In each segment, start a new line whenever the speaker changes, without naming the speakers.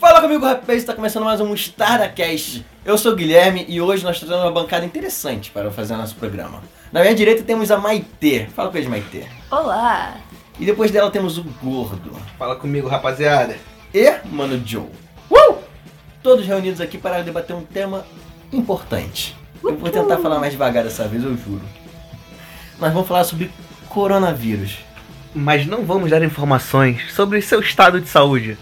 Fala comigo, rapaz, está começando mais um StardaCast. Eu sou o Guilherme e hoje nós trazemos uma bancada interessante para fazer nosso programa. Na minha direita temos a Maitê. Fala com eles, Maitê.
Olá!
E depois dela temos o Gordo
Fala comigo, rapaziada.
e Mano Joe. Uh! Todos reunidos aqui para debater um tema importante. Eu vou tentar falar mais devagar dessa vez, eu juro. Nós vamos falar sobre coronavírus.
Mas não vamos dar informações sobre seu estado de saúde.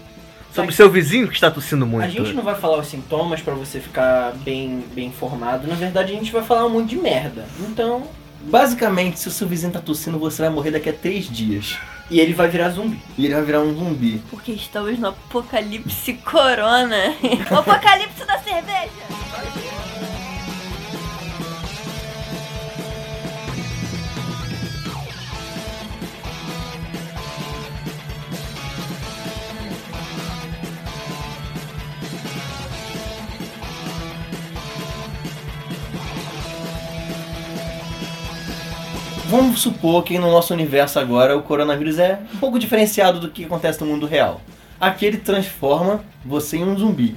Sobre seu vizinho que está tossindo muito.
A gente não vai falar os sintomas pra você ficar bem, bem informado. Na verdade, a gente vai falar um monte de merda. Então.
Basicamente, se o seu vizinho tá tossindo, você vai morrer daqui a três dias.
E ele vai virar zumbi.
E ele vai virar um zumbi.
Porque estamos no apocalipse corona. o apocalipse da cerveja!
Vamos supor que no nosso universo agora o coronavírus é um pouco diferenciado do que acontece no mundo real. Aqui ele transforma você em um zumbi.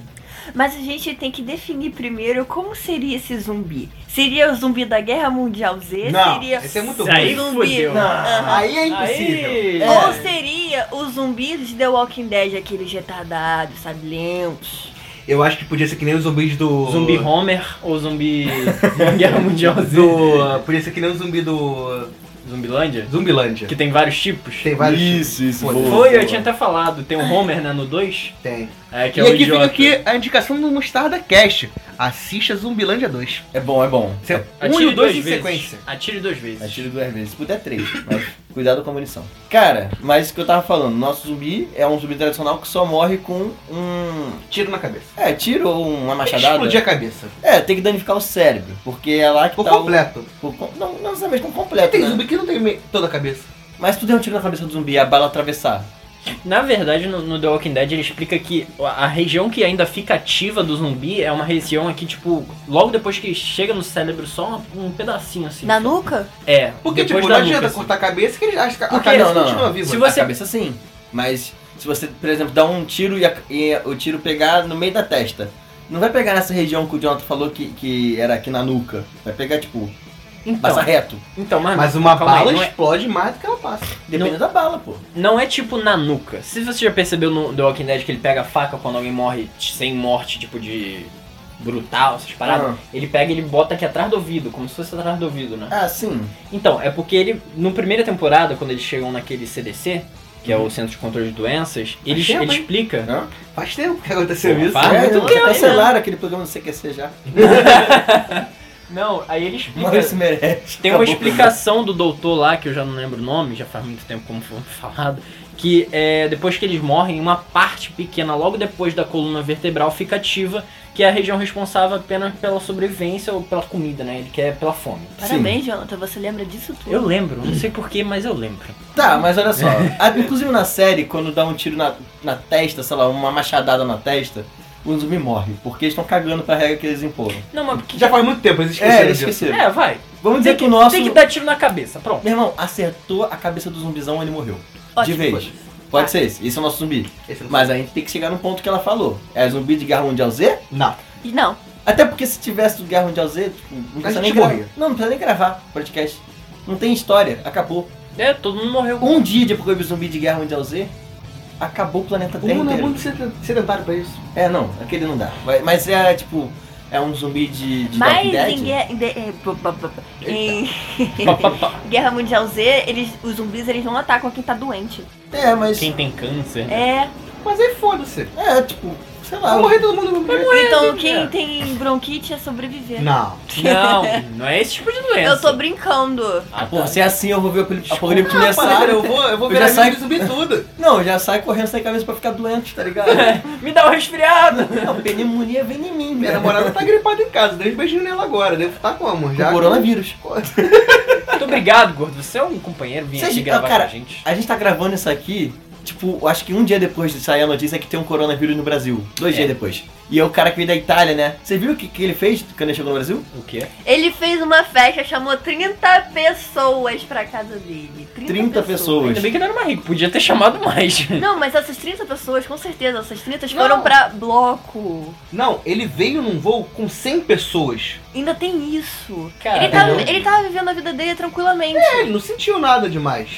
Mas a gente tem que definir primeiro como seria esse zumbi. Seria o zumbi da Guerra Mundial Z?
Não,
seria
esse é muito
o
ruim.
zumbi.
Aí fudeu.
Ah,
Aham.
Aí é
Aí!
Ou seria o zumbi de The Walking Dead, aqueles retardados, sabe, lentos.
Eu acho que podia ser que nem os zumbis do.
Zumbi Homer ou zumbi Guerra Mundial Z?
do. Podia ser que nem o zumbi do.
Zumbilândia?
Zumbilândia.
Que tem vários tipos.
Tem vários.
Isso, isso,
Pô,
boa.
Foi, eu tinha até falado. Tem o Homer, né, no 2.
Tem.
É,
E
que é o
aqui fica
idiota.
aqui a indicação do Mostarda Cast. Assista Zumbilândia 2.
É bom, é bom.
Você- um
Atire
e o dois
duas
em
vezes.
sequência.
Atire duas vezes.
Atire duas vezes, se puder três, mas cuidado com a munição. Cara, mas o que eu tava falando, nosso zumbi é um zumbi tradicional que só morre com um.
Tiro na cabeça.
É, tiro ou uma machadada.
Explodir a cabeça.
É, tem que danificar o cérebro, porque é lá que
um-
Por
tá
completo.
o. o com- Não, não necessariamente com completo,
Tem
Tá.
né?
zumbi que não tem me- toda a cabeça.
Mas se tu der um tiro na cabeça do zumbi e a bala atravessar.
Na verdade, no, no The Walking Dead ele explica que a a região que ainda fica ativa do zumbi é uma região aqui, tipo, logo depois que chega no cérebro, só um, um pedacinho assim.
Na nuca?
É.
Porque,
depois
tipo,
da
não
nuca,
adianta
assim.
cortar a cabeça que eles né? acham que a
Porque-
cabeça
não, não,
continua
não.
viva.
Se
A
você.
cabeça sim, mas se você, por exemplo, dá um tiro e, a- e o tiro pegar no meio da testa, não vai pegar nessa região que o Jonathan falou que, que era aqui na nuca. Vai pegar, tipo,
Então,
passa reto.
então mas,
Mas uma
calma aí,
bala
não, é,
explode mais do que ela passa.
Depende da bala, pô.
não é tipo na nuca. Se você já percebeu no The Walking Dead que ele pega a faca quando alguém morre t- sem morte, tipo de. brutal, essas paradas,
Ah.
Aham.
ele pega e ele bota aqui atrás do ouvido, como se fosse atrás do ouvido, né?
Ah, sim.
Então, é porque ele, no primeira temporada, quando eles chegam naquele CDC, que é o Centro de Controle de Doenças, ele,
tempo,
ele
Uhum. hein?
explica.
Não?
Faz tempo que aconteceu isso.
faz- Ah,
é,
muito
eu
bom.
quero cancelar aquele programa do CQC já.
Não, aí ele
Mas
explica.
merece.
Tem uma
Acabou.
explicação do doutor lá, que eu já não lembro o nome, já faz muito tempo como foi falado, que é, depois que eles morrem, uma parte pequena, logo depois da coluna vertebral, fica ativa, que é a região responsável apenas pela sobrevivência ou pela comida, né? Ele quer pela fome.
Parabéns, Jonathan, você lembra disso tudo?
Eu lembro, não sei porquê, mas eu lembro.
Tá, mas olha só. A- inclusive na série, quando dá um tiro na, na testa, sei lá, uma machadada na testa, o zumbi morre. Porque eles estão cagando pra regra que eles imporam.
Não, mas porque.
Já faz muito tempo, eles
É,
esqueceram
eles
disso.
esqueceram.
É, vai.
Vamos dizer
Tem
que, o
que,
nosso.
tem que dar tiro na cabeça, pronto.
Meu irmão, acertou a cabeça do zumbizão ele morreu.
Ótimo.
De vez. Pode ser esse. Esse é o nosso zumbi.
Esse não-
Mas a gente tem que chegar no ponto que ela falou. É zumbi de Guerra Mundial Z?
Não.
E Não,
Até porque se tivesse do Guerra Mundial Z, tipo, não precisa nem
gente
gravar.
morre.
Não, não precisa nem gravar podcast. Não tem história, acabou.
É, todo mundo morreu.
Um dia de Apocalipse Zumbi de Guerra Mundial Z, acabou o planeta
O
Terra
mundo é
inteiro.
muito seden- sedentário pra isso.
É, não, aquele não dá. Vai- mas é tipo, é um zumbi de, de
mas
Walking Dead.
em, guerra, em, de- eh, bu- bu- bu- bu- em
Pá, pá, pá.
Guerra Mundial Z, eles, os zumbis eles não atacam quem tá doente.
É, mas
Quem tem câncer. né?
É,
Mas aí foda-se.
é tipo, sei lá.
Vai morrer todo mundo. Vai
então
né?
quem tem bronquite é sobreviver.
Não.
Não, não é esse tipo de doença.
Eu tô brincando.
Ah,
Pô,
tá.
se é assim eu vou ver o Apocalipse- Apocalipse
Ah,
começar.
parada, eu vou, eu vou
Eu
ver
já
a
saio-
sair subir tudo.
Não, eu já sai correndo sem cabeça pra ficar doente, tá ligado?
Me dá um resfriado!
não, pneumonia vem em mim,
Minha
velho.
namorada tá gripada em casa, dei um beijinho nela agora. Devo estar como? Já.
O coronavírus.
Muito obrigado, gordo. Você é um companheiro, vim
Vocês-
aqui gravar
cara,
com a gente.
A gente tá gravando isso aqui Tipo, eu acho que um dia depois de sair a notícia que tem um coronavírus no Brasil. Dois dias depois. E é o cara que veio da Itália, né? Você viu o que, que ele fez quando ele chegou no Brasil?
O quê?
Ele fez uma festa, chamou 30 pessoas pra casa dele. 30,
30 pessoas.
Ainda bem que não era mais rico, podia ter chamado mais.
Não, mas essas 30 pessoas, com certeza, essas 30
Não.
foram pra bloco.
Não, ele veio num voo com 100 pessoas.
Ainda tem isso.
Cara,
ele, tava,
É, entendeu?
ele tava vivendo a vida dele tranquilamente.
É, ele não sentiu nada demais.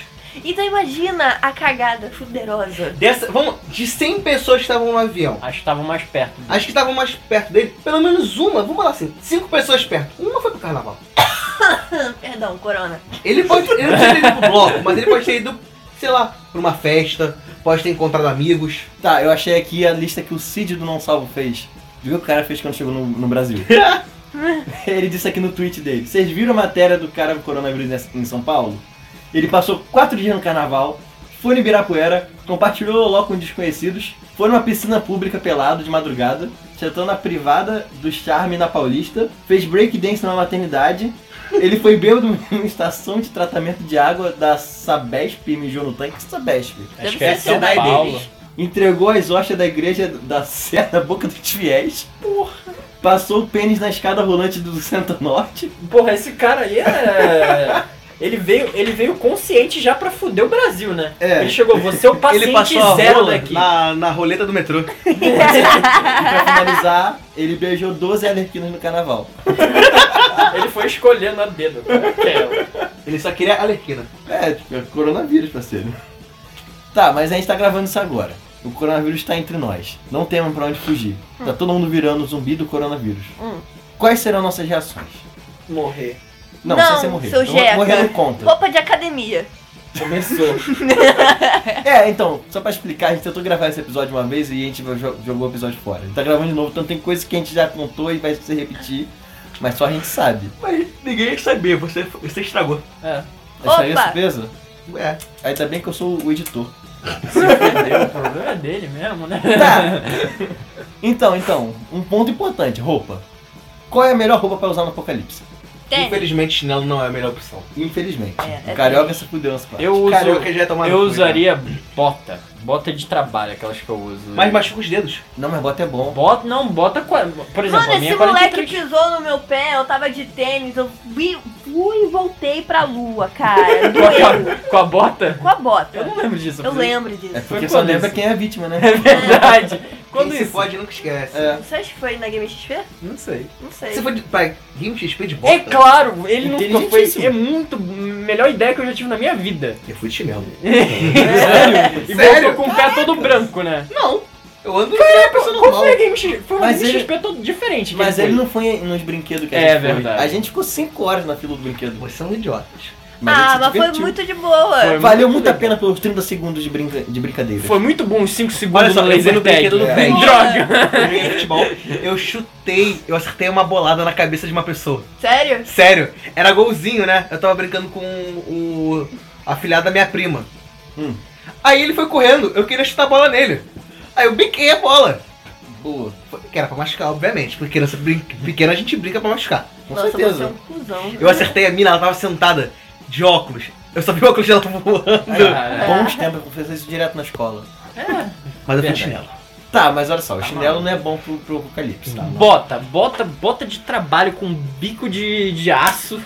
Então imagina a cagada fuderosa.
Dessa, vamos, de 100 pessoas que estavam no avião,
Acho que estavam mais perto.
Ah,
do-
as que estavam mais perto dele, pelo menos uma, vamos lá assim, cinco pessoas perto. Uma foi pro carnaval.
Perdão, corona.
Ele pode, ele não precisa ter ido pro bloco, mas ele pode ter ido, sei lá, pra uma festa, pode ter encontrado amigos.
Tá, eu achei aqui a lista que o Cid do Não Salvo fez. Viu o que o cara fez quando chegou no, no Brasil? ele disse aqui no tweet dele. Vocês viram a matéria do cara com coronavírus nessa- em São Paulo? Ele passou quatro dias no carnaval, foi no Ibirapuera, compartilhou o LOL com desconhecidos, foi numa piscina pública pelado de madrugada, sentou na privada do Charme na Paulista, fez breakdance numa maternidade, ele foi bêbado em uma estação de tratamento de água da Sabesp e mijou no tanque. Que Sabesp?
Deve
Acho que é
ser
São
cidade
Paulo.
deles.
Entregou as hostas da igreja da Sé na boca dos fiéis. Passou o pênis na escada rolante do Centro Norte.
Porra, esse cara aí é. Ele veio, ele veio consciente já pra fuder o Brasil, né?
É.
Ele chegou, você é o paciente
ele passou a
zero
rola
daqui.
na, na roleta do metrô.
E pra finalizar, ele beijou 12 alerquinos no carnaval.
Ele foi escolhendo a dedo. cara, que é-
Ele só queria alerquina.
É, tipo, é coronavírus, parceiro. Tá, mas a gente tá gravando isso agora. O coronavírus tá entre nós. Não temos pra onde fugir. Tá todo mundo virando zumbi do coronavírus.
Hum.
Quais serão nossas reações?
Morrer.
Não,
Não,
se você morrer.
seu
Mo-
jeca.
morrer não conta.
Roupa de academia.
Começou.
É, então, só pra explicar, a gente tentou gravar esse episódio uma vez e a gente jo- jogou o episódio fora. A gente tá gravando de novo, então tem coisa que a gente já contou e vai se repetir. Mas só a gente sabe.
Mas ninguém ia saber, você, você estragou.
É.
Essa aí é
Opa!
surpresa?
É.
Ainda bem que eu sou o editor.
Entendeu? O problema é dele mesmo, né?
Tá. Então, então, um ponto importante, roupa. Qual é a melhor roupa pra usar no apocalipse?
Tênis.
Infelizmente, chinelo não é a melhor opção.
Infelizmente.
É, é
o carioca se fudeu nessa parte.
Eu uso.
Carioca já é tomar
eu
no cu,
usaria bota. Bota de trabalho, aquelas que eu uso.
Mas machuca os dedos.
Não, mas bota é bom.
Bota, não, bota. qua- Por exemplo,
Mano,
a minha
esse
é
moleque
43.
pisou no meu pé, eu tava de tênis, eu vi- fui e voltei pra lua, cara. Doeu.
Com a, com a bota?
Com a bota.
Eu não lembro disso.
Eu lembro disso.
É porque
Foi
só
quando
lembra
isso?
quem é a vítima, né?
É verdade. Quando
Quem se
isso?
pode, nunca esquece.
É.
Você acha que foi na Game XP?
Não sei.
Não sei.
Você foi de- pra Game XP de bota?
É claro, ele nunca foi.
Inteligentíssimo.
É muito melhor ideia que eu já tive na minha vida.
Eu fui de chinelo.
Sério? E
É. Sério?
voltou com o pé todo branco, né?
Não. Eu ando com uma pessoa
Qual
normal.
foi a Game X? Foi uma
Mas
Game
ele-
XP todo diferente. que
Mas
ele
ele
foi.
não foi nos brinquedos que a gente
É
foi.
verdade.
A gente ficou 5 horas na fila do brinquedo.
Vocês são idiotas.
a gente
ah,
se
mas foi
divertiu.
muito de boa.
Foi
Valeu
muito
muito a
legal.
pena pelos 30 segundos de, brinca... de brincadeira.
Foi muito bom os 5 segundos
Olha só,
no
eu fui
laser
no
tag.
brinquedo do
É.
pé.
Droga!
Eu joguei futebol, eu chutei, eu acertei uma bolada na cabeça de uma pessoa.
Sério?
Sério, era golzinho, né? Eu tava brincando com o afilhado da minha prima.
Hum.
Aí ele foi correndo, eu queria chutar a bola nele. Aí eu biquei a bola.
Boa.
Que era pra machucar, obviamente, porque criança brin- pequena a gente brinca pra machucar.
Com
Nossa, você é
certeza.
um cuzão.
Eu acertei a mina, ela tava sentada, de óculos. Eu só vi o óculos dela voando.
Cara,
É. Bons tempos, eu confessei isso direto na escola.
Mas eu fui
Verdade.
de chinelo.
Tá, mas olha só, o chinelo não é bom pro, pro apocalipse. tá?
Bota, bota, bota de trabalho com bico de, de aço.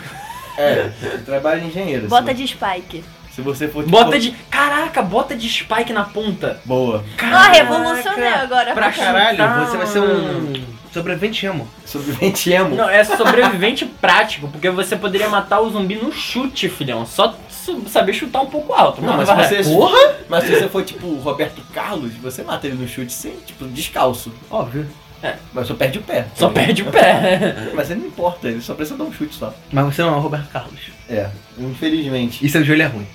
É, eu trabalho de engenheiro.
Bota
se-
de spike.
Se você for...
Bota de. Caraca, bota de spike na ponta.
Boa.
Ah,
Caraca,
revolucionei agora.
É Pra
Caralho,
chutar,
você vai ser
mano.
um sobrevivente emo.
Sobrevivente emo.
Não, é sobrevivente prático, porque você poderia matar o zumbi no chute, filhão. Só su- saber chutar um pouco alto.
Não, mas
vai.
se você.
Porra!
Mas se você for tipo o Roberto Carlos, você mata ele no chute sem, tipo, descalço.
Óbvio.
Mas só perde o pé.
Só perde o pé.
Mas ele não importa, ele só precisa dar um chute só.
Mas você não é o Roberto Carlos.
É, infelizmente.
E seu joelho é ruim.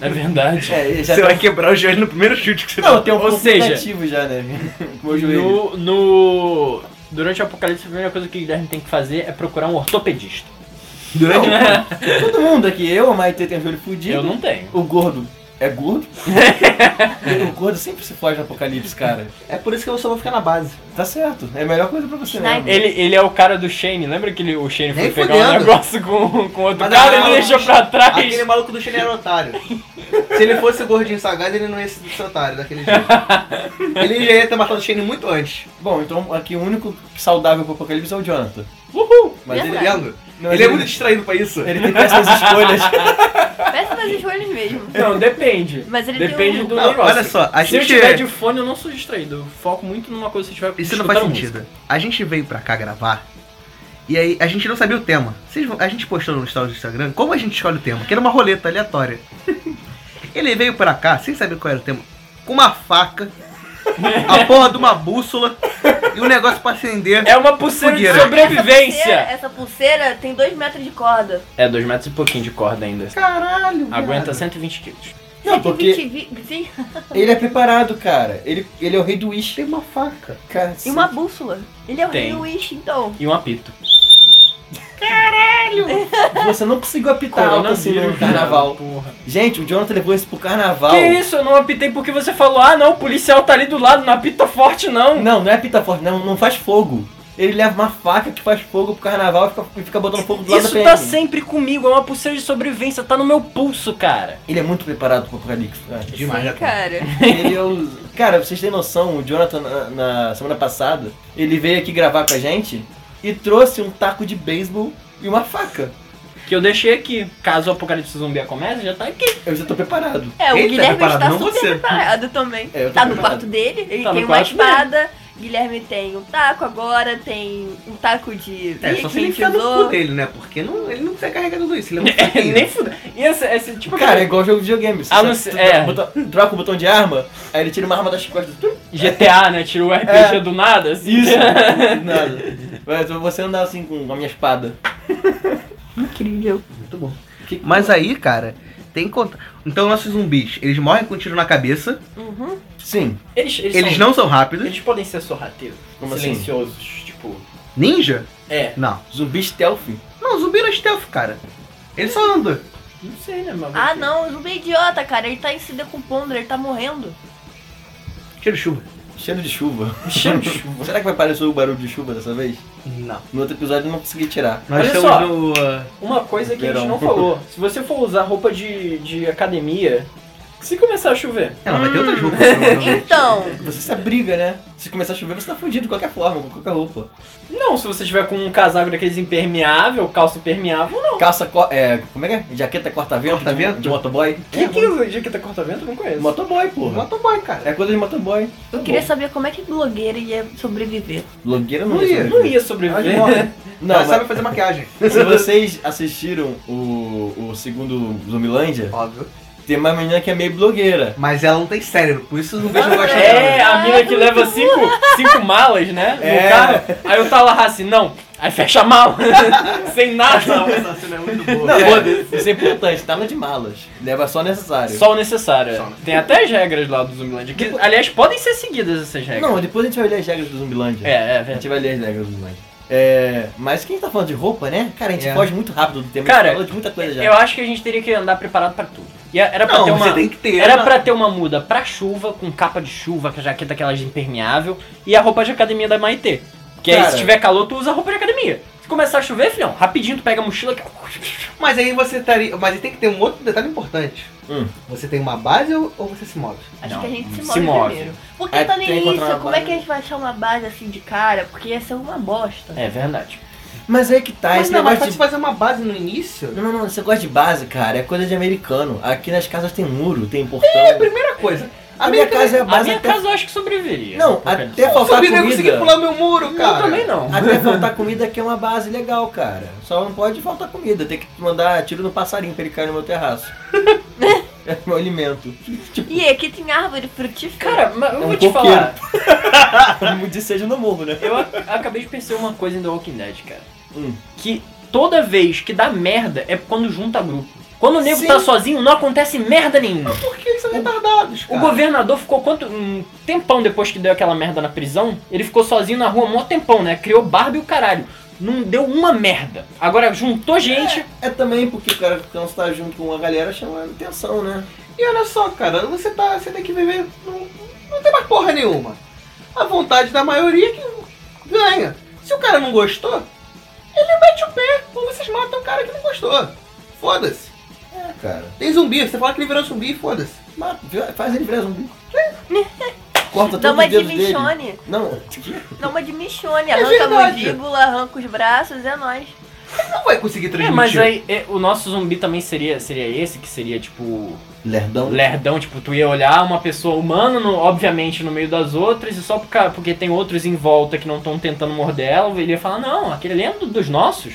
É verdade.
É, ele já
você
tá...
vai quebrar o joelho no primeiro chute que você
Não, tem um
Ou
pouco
seja-
negativo já, né? Com o meu joelho.
No, no- Durante o apocalipse, a primeira coisa que o Guilherme tem que fazer é procurar um ortopedista.
Durante o
Todo mundo aqui, eu, a Maite tem o joelho fudido.
Eu não tenho.
O gordo é gordo. o gordo sempre se foge no apocalipse, cara.
É por isso que eu só vou ficar na base.
Tá certo, é a melhor coisa pra você.
Sniper.
mesmo.
Ele, ele é o cara do Shane, lembra que ele, o Shane foi
Nem
pegar um
fudendo.
negócio com, com outro
Mas
cara e
não,
ele deixou
não.
pra trás?
Aquele é maluco do Shane era otário. Se ele fosse o gordinho sagaz, ele não ia ser otário daquele jeito. Ele já ia ter matado o Shane muito antes.
Bom, então aqui o único saudável pro apocalipse é o Jonathan.
Uhul! Mas ele
Verdade.
vendo?
Não,
ele é muito distraído pra isso.
Ele tem péssimas escolhas.
Péssimas escolhas mesmo.
Não, depende.
Mas ele
depende
tem um...
do
Não,
negócio.
olha só, a
se
gente- é-
eu tiver de fone, eu não sou distraído. Eu foco muito numa coisa se eu tiver
Isso não faz
escutando
sentido.
música.
A gente veio pra cá gravar. E aí, a gente não sabia o tema. Vocês vão- a gente postou no stories do Instagram como a gente escolhe o tema, que era uma roleta aleatória. Ele veio pra cá, sem saber qual era o tema, com uma faca, a porra de uma bússola e um negócio pra acender.
É uma pulseira de
Fogueira.
sobrevivência.
Essa pulseira, essa pulseira tem 2 metros de corda.
É, dois metros e pouquinho de corda ainda.
Caralho, viado.
Aguenta 120 quilos.
Não, porque
120 vi-
ele é preparado, cara. Ele, ele é o rei do uísque.
Tem uma faca.
Cara,
E uma bússola. Ele é o rei
Tem.
do Wish, então.
E um apito.
Você não conseguiu apitar alto assim no
né?
Coronavírus,
carnaval.
Porra.
Gente, o Jonathan levou isso pro carnaval.
Que isso? Eu não apitei porque você falou, ah não, o policial tá ali do lado, não apita forte não.
Não, não é apita forte, não, não faz fogo. Ele leva uma faca que faz fogo pro carnaval e fica, e fica botando fogo do lado
Isso
da PM.
tá sempre comigo, é uma pulseira de sobrevivência, tá no meu pulso, cara.
Ele é muito preparado pro apocalipse. cara.
Demais,
Sim,
né,
cara.
Ele é o... Cara, vocês têm noção, o Jonathan, na, na semana passada, ele veio aqui gravar com a gente e trouxe um taco de beisebol e uma faca.
Que eu deixei aqui. Caso o apocalipse zumbi comece, já tá aqui.
Eu já tô preparado.
É, o
Ele tá
Guilherme
preparado,
está
não
super
você.
preparado também.
É, eu tô
tá no
preparado.
quarto dele, ele
Tá no
tem uma
quarto dele.
espada. Guilherme tem um taco agora, tem um taco de
É, só se ele
viking,
enfiar no
tesouro.
cu dele, né? Porque não, ele não precisa carregar tudo isso. Ele é um
Nem
fraquinho.
fudeu. E esse, esse tipo.
Cara, é igual jogo de videogame. Você
Ah, não
sabe,
sei-
tu
é.
bota- troca o botão de arma, aí ele tira uma arma das costas. tum,
GTA, né? Tira o RPG do nada. assim.
É. Isso! Nada. Mas você andar assim com a minha espada.
Incrível.
Muito bom.
Que-
Mas aí, cara, tem que contar. Então, nossos zumbis, eles morrem com um tiro na cabeça.
Uhum.
Sim.
Eles, eles,
Eles
são-
não são rápidos.
Eles podem ser sorrateiros.
Como assim?
silenciosos, tipo.
Ninja?
É.
Não.
Zumbi stealth.
Não, zumbi não é stealth, cara. Ele só anda.
Não sei, né, mano?
Ah não, o zumbi é idiota, cara. Ele tá em se decompondo, ele tá morrendo.
Tira chuva.
Cheiro de chuva.
Cheiro de chuva.
Será que vai aparecer o barulho de chuva dessa vez?
Não.
No outro episódio eu não consegui tirar.
Nós
Olha
estamos
só.
no. uh,
Uma coisa que a gente
Verão.
não falou. Se você for usar roupa de, de academia, se começar a chover.
Ela vai ter outras roupas. provavelmente.
Então,
Você se abriga, né? Se começar a chover, você tá fudido de qualquer forma, com qualquer roupa.
Não, se você tiver com um casaco daqueles impermeável, calça impermeável, não.
Calça, co- é, como é que é? Jaqueta corta-vento?
Corta-vento?
De, de motoboy?
Que que é o dia que tá corta-vento? Não conheço.
Motoboy, porra.
Motoboy, cara.
É coisa de motoboy. Tá
eu queria saber como é que blogueira ia sobreviver.
bom. Blogueira não,
Não ia.
Não
sobreviver.
ia
Elas
sobreviver.
morrem.
Não,
Ela
mas
sabe fazer maquiagem.
se vocês assistiram o, o segundo Zumbilândia,
Óbvio.
tem uma menina que é meio blogueira.
Mas ela não tem cérebro, por isso os zumbis não gostam
É,
dela.
a mina que leva cinco, cinco malas, né? No
É.
carro. Aí eu tava lá assim, não. Aí fecha a mala. Sem nada.
Essa cena é muito boa.
Não,
É.
é, isso é importante, tava de malas. Leva só o necessário.
Só o necessário.
Só o necessário.
Tem até as regras lá do Zumbiland. Que, aliás, podem ser seguidas essas regras.
Não, depois a gente vai ler as regras do Zumbilândia.
É, é
A gente
verdade.
vai ler as regras do Zumbilândia. É, mas quem tá falando de roupa, né? Cara, a gente
É.
foge muito rápido do tema. a
Cara,
gente falou de muita coisa já.
Eu acho que a gente teria que andar preparado pra tudo. E era pra
Não,
ter uma.
você tem que ter.
Era
uma-
pra ter uma muda pra chuva, com capa de chuva, com a jaqueta aquela é de impermeável e a roupa de academia da Maitê. Que aí,
Cara.
se tiver calor, tu usa a roupa de academia. Se começar a chover, filhão, rapidinho tu pega a mochila que.
Mas aí você estaria. Mas aí tem que ter um outro detalhe importante.
Hum.
Você tem uma base ou, ou você se move?
Acho
Não,
que a gente se
se
move,
move.
primeiro. Porque
Aí tem que
também
encontrar
isso,
uma
como é
base.
que a gente vai achar uma base assim de cara? Porque ia ser uma bosta.
É verdade.
Mas aí que tá,
mas
esse
não, mas
negócio
pode
de...
fazer uma base no início?
Não, não, não, esse negócio de base, cara, é coisa de americano. Aqui nas casas tem muro, tem portão.
Primeira coisa.
a minha casa é a
A
base
minha
até...
casa eu acho que sobreviveria.
Não,
Porque-
até
Eu
faltar
subi, não consegui
comida.
pular meu muro, cara.
Eu também não.
Até faltar comida aqui é uma base legal, cara. Só não pode faltar comida. Tem que mandar tiro no passarinho pra ele cair no meu terraço. é meu alimento. Tipo,
E aqui tem árvore frutífera.
Cara, mas eu
um
vou te
coqueiro.
falar.
como diz, seja no morro, né?
Eu ac- acabei de perceber uma coisa em The Walking Dead, cara.
Hum.
Que toda vez que dá merda é quando junta grupo. Quando o nego
Sim.
tá sozinho, não acontece merda nenhuma.
Por que eles são retardados,
O
cara?
governador ficou quanto. Um tempão depois que deu aquela merda na prisão, ele ficou sozinho na rua mó tempão, né? Criou Barbie e o caralho. não deu uma merda. Agora juntou gente.
É também porque o cara quando você tá junto com uma galera chamando atenção, né?
E olha só, cara, você, tá, você tem que viver. Não, não tem mais porra nenhuma. A vontade da maioria é que ganha. Se o cara não gostou, ele mete o pé. Ou vocês matam o cara que não gostou. Foda-se.
É, cara.
Tem zumbi, você fala que ele virou zumbi, foda-se.
Mata, vira- faz ele virar zumbi. Corta
Dá
todo
uma
o
de
dedo dele.
Michone.
Não, tipo,
Dá uma de Michone.
É
Arranca a
verdade.
mandíbula, arranca os braços, é nóis.
Ele não vai conseguir
É,
transmitir.
mas aí é, o nosso zumbi também seria, seria esse, que seria tipo.
lerdão.
Lerdão, tipo, tu ia olhar uma pessoa humana, no- obviamente, no meio das outras, e só por ca- porque tem outros em volta que não estão tentando morder ela, ele ia falar, não, aquele ali é do- dos nossos.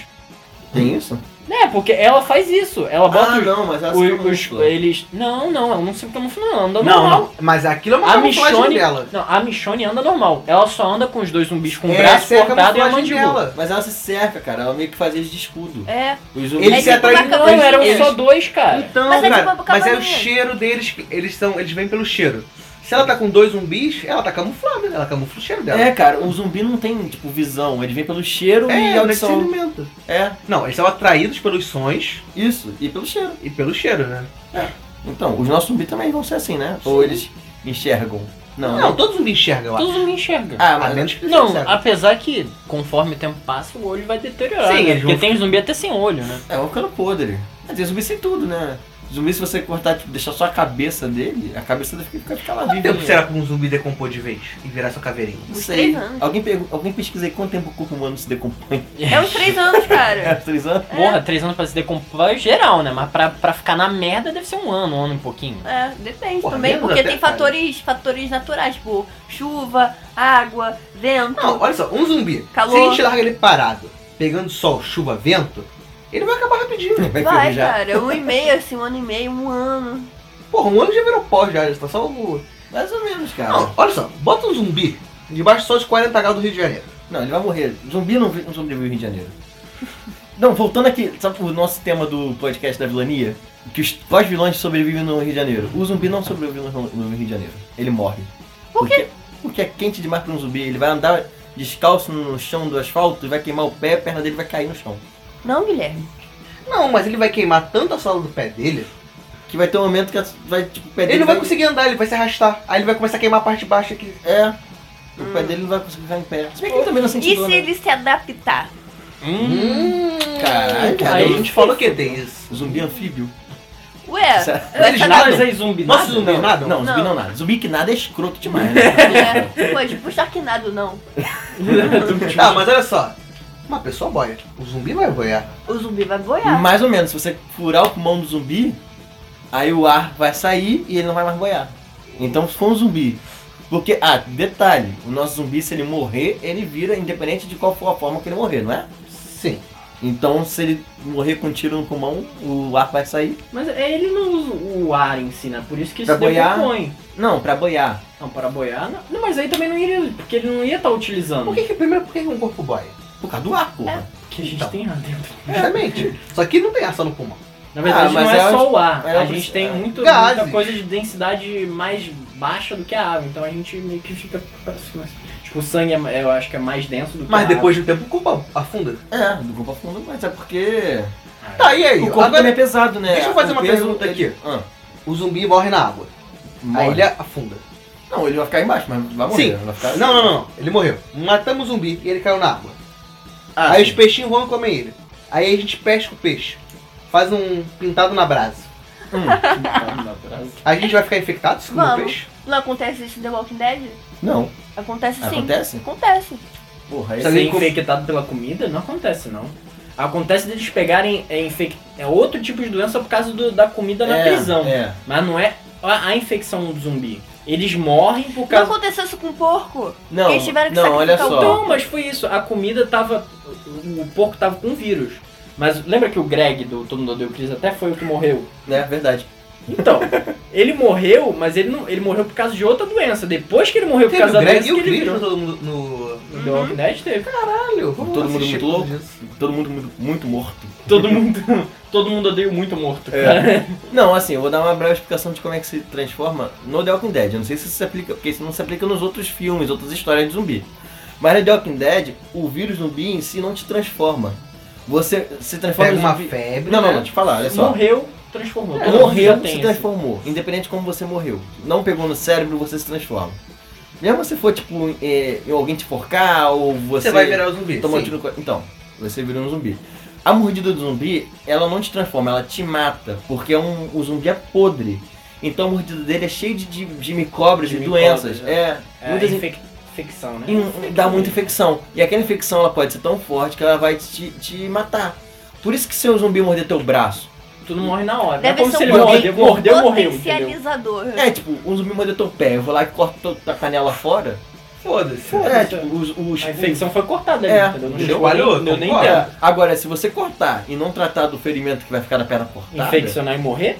Tem isso?
É, porque ela faz isso. Ela bota
ah,
os-
não, mas ela se
os, os-
camufla.
Eles. Não, não, ela não se camufla, não, ela
Não,
anda normal.
não, mas aquilo é uma
A
camuflagem
Michonne,
dela.
não, a Michonne anda normal. Ela só anda com os dois zumbis com o
Essa
braço
é a
cortado e a
camuflagem
mandíbula.
dela.
Mas ela se cerca, cara. Ela meio que faz eles de escudo.
É.
Os
Eles
é
zumbis
se
tipo
atraem-
uma
Não,
camarinha.
Então, eram só dois, cara.
Então,
Mas é
cara,
tipo uma
mas é o
camarinha.
cheiro deles, que eles são, eles vêm pelo cheiro. Se ela tá com dois zumbis, ela tá camuflada, ela camufla o cheiro dela.
É, cara, um zumbi não tem, tipo, visão. Ele vem pelo cheiro e
ela se
audição.
alimenta.
É,
É, Não, eles são atraídos pelos sons
isso. E pelo cheiro.
e pelo cheiro, né?
Então, os nossos zumbis também vão ser assim, né? Ou eles enxergam. Não.
Não, todo zumbi enxerga, eu acho.
Todo zumbi enxerga.
Ah,
A
mas...
menos que eles
Não,
enxergam.
apesar que conforme o tempo passa, o olho vai deteriorar.
Sim,
né?
eles vão
Porque tem zumbi até sem olho, né?
É, vai ficando podre. Mas tem zumbi sem tudo, né? Zumbi, se você cortar, tipo, deixar só a cabeça dele, a cabeça dele fica, fica lá
Quanto
viva. né?
tempo será que um zumbi decompor de vez e virar sua caveirinha?
Não
Uns
sei.
três anos.
Alguém, pegou, alguém pesquisa aí quanto tempo o corpo humano se decompõe.
É uns três anos,
É,
cara.
três anos?
Porra, três anos pra se decompor é geral, né? Mas pra, pra ficar na merda deve ser um ano, um ano e pouquinho.
É, depende
Porra,
também,
menos
porque
até,
tem
cara.
fatores, fatores naturais, tipo chuva, água, vento.
Não, olha só, um zumbi.
Calor.
Se a gente larga ele parado, pegando sol, chuva, vento, ele vai acabar rapidinho.
Vai,
Vai,
enferrujar.
cara, um e meio, assim, um ano e meio, um ano.
Porra, um ano já virou pó já, já tá só o...
Mais ou menos, cara.
Não, olha só, bota um zumbi debaixo só de 40 graus do Rio de Janeiro.
Não, ele vai morrer. Zumbi não, vi- não sobrevive no Rio de Janeiro. Não, voltando aqui, sabe o nosso tema do podcast da vilania? Que os quais vilões sobrevivem no Rio de Janeiro? O zumbi não sobrevive no, no Rio de Janeiro. Ele morre. Por quê? Porque, porque é quente demais pra um zumbi. Ele vai andar descalço no chão do asfalto e vai queimar o pé, a perna dele vai cair no chão.
Não, Guilherme.
Não, mas ele vai queimar tanto a sola do pé dele,
Que vai ter um momento que a- vai, tipo, o pé dele.
ele não vai conseguir andar, ele vai se arrastar. Aí ele vai começar a queimar a parte de baixo aqui.
É. O pé dele não vai conseguir ficar em pé. Se bem que ele também não sente
E
dor,
se
né?
ele se adaptar?
Hum,
Caralho,
cara,
aí-
a gente falou que tem isso.
Zumbi anfíbio?
Ué, tá
Sério?
é
Eles
nadam?
nadam aí zumbi
Nossa,
nada?
zumbi nada?
Não, zumbi
É. Não.
não nada. Zumbi que nada é escroto demais. né?
é, pô, tipo Sharknado não.
Ah, mas olha só. Uma pessoa boia. O zumbi vai boiar.
O zumbi vai boiar.
Mais ou menos, se você furar o pulmão do zumbi, aí o ar vai sair e ele não vai mais boiar. Então se for um zumbi. Porque, ah, detalhe, o nosso zumbi, se ele morrer, ele vira independente de qual for a forma que ele morrer, não é?
Sim.
Então se ele morrer com um tiro no pulmão, o ar vai sair.
Mas é, ele não usa o ar em si, né? Por isso que
Pra
se
boiar?
decompõe.
Não, pra boiar.
Não, para boiar, não. Não, mas aí também não iria, porque ele não ia estar utilizando.
Por que, que primeiro, por que que um corpo boia?
Por causa do ar,
É.
porra.
Porque a gente
Então.
tem ar dentro.
Justamente. Só que não tem ar só no pulmão.
Na verdade,
Ah, mas
não é,
é
só
o-
o ar.
é
a
o-
gente tem muito,
gases.
muita coisa de densidade mais baixa do que a água. Então a gente meio que fica próximo. assim. Tipo, o sangue, é, eu acho que é mais denso do que a
Mas
água.
depois de um tempo o corpo afunda.
É, do corpo afunda, mas é porque.
Ah,
Tá, e aí?
o corpo também é
Agora
pesado, né?
Deixa eu fazer
O
uma
peso,
pergunta
ele-
aqui.
Ah,
o zumbi morre na água. Aí
morre.
ele afunda.
Não, ele vai ficar embaixo, mas vai morrer.
Sim.
Vai ficar...
Não, não, não, não. Ele morreu. Matamos o zumbi e ele caiu na água.
Ah,
aí
sim.
os peixinhos vão e comem ele. Aí a gente pesca o peixe. Faz um pintado na brasa.
Hum,
tá na brasa.
A gente vai ficar infectado se comer o
Vamos.
peixe?
Não acontece isso em The Walking Dead?
não.
Acontece sim.
Acontece?
Acontece.
Porra, aí
Sabe-
Ser
Alguém com-
infectado pela comida não acontece, não. Acontece deles pegarem é, infec... é outro tipo de doença por causa do- da comida na
é,
prisão.
É.
Mas não é a, a infecção do zumbi. Eles morrem por
Não
causa.
aconteceu isso com um porco?
Não,
Eles tiveram que
não, olha
sacrificar o
só.
Então, mas foi isso. A comida tava. O o porco tava com vírus. Mas lembra que o Greg do Todo Mundo Odeia o Chris até foi o que morreu?
É verdade.
Então, ele morreu, mas ele não, ele morreu por causa de outra doença. Depois que ele morreu por
Teve
causa
o
da
Greg
doença
e o
que ele
Chris né? no,
virou.
todo mundo no...
No The Walking Dead teve.
Caralho, vamos
Todo mundo
assistir
muito louco?
tudo isso.
Todo mundo muito, muito morto.
Todo mundo, todo mundo odeia o muito morto.
É,
É.
Não, assim, eu vou dar uma breve explicação de como é que se transforma no The Walking Dead. Eu não sei se isso se aplica, porque isso não se aplica nos outros filmes, outras histórias de zumbi. Mas no The Walking Dead, o vírus zumbi em si não te transforma. Você se transforma
Pega
em
uma
zumbi.
febre.
Não, tipo, não,
né?
não, te falar, olha só. É,
Morreu, transformou. Todo mundo já
Morreu,
tem
se
esse.
transformou. Independente de como você morreu. Não pegou no cérebro, você se transforma. Mesmo se for, tipo, é, alguém te forcar ou você...
Você vai virar o zumbi.
tomou um
sim.
tiro no co- Então, você virou um zumbi. A mordida do zumbi, ela não te transforma, ela te mata. Porque é um, o zumbi é podre. Então a mordida dele é cheia de, de, de micróbios,
De
de,
micróbios,
doenças.
né?
É,
É,
muitas in-
infec- infecção, né?
in- dá muita infecção. E aquela infecção ela pode ser tão forte que ela vai te, te matar. Por isso que se um zumbi morder teu braço,
Tu não morre na hora. Não é
Deve
como
ser
se ele
um
mordeu,
pouquinho
mordeu, morreu, entendeu?
potencializador.
É, tipo, um zumbi mordeu teu pé, eu vou lá e corto teu- tua canela fora.
Foda-se.
É, tipo, os... os
A infecção foi cortada ali,
É.
entendeu? Não
Deu
chegou nem-
valor,
deu nem
concordo.
tempo.
É, agora, se você cortar e não tratar do ferimento que vai ficar na perna cortada,
Infeccionar e morrer?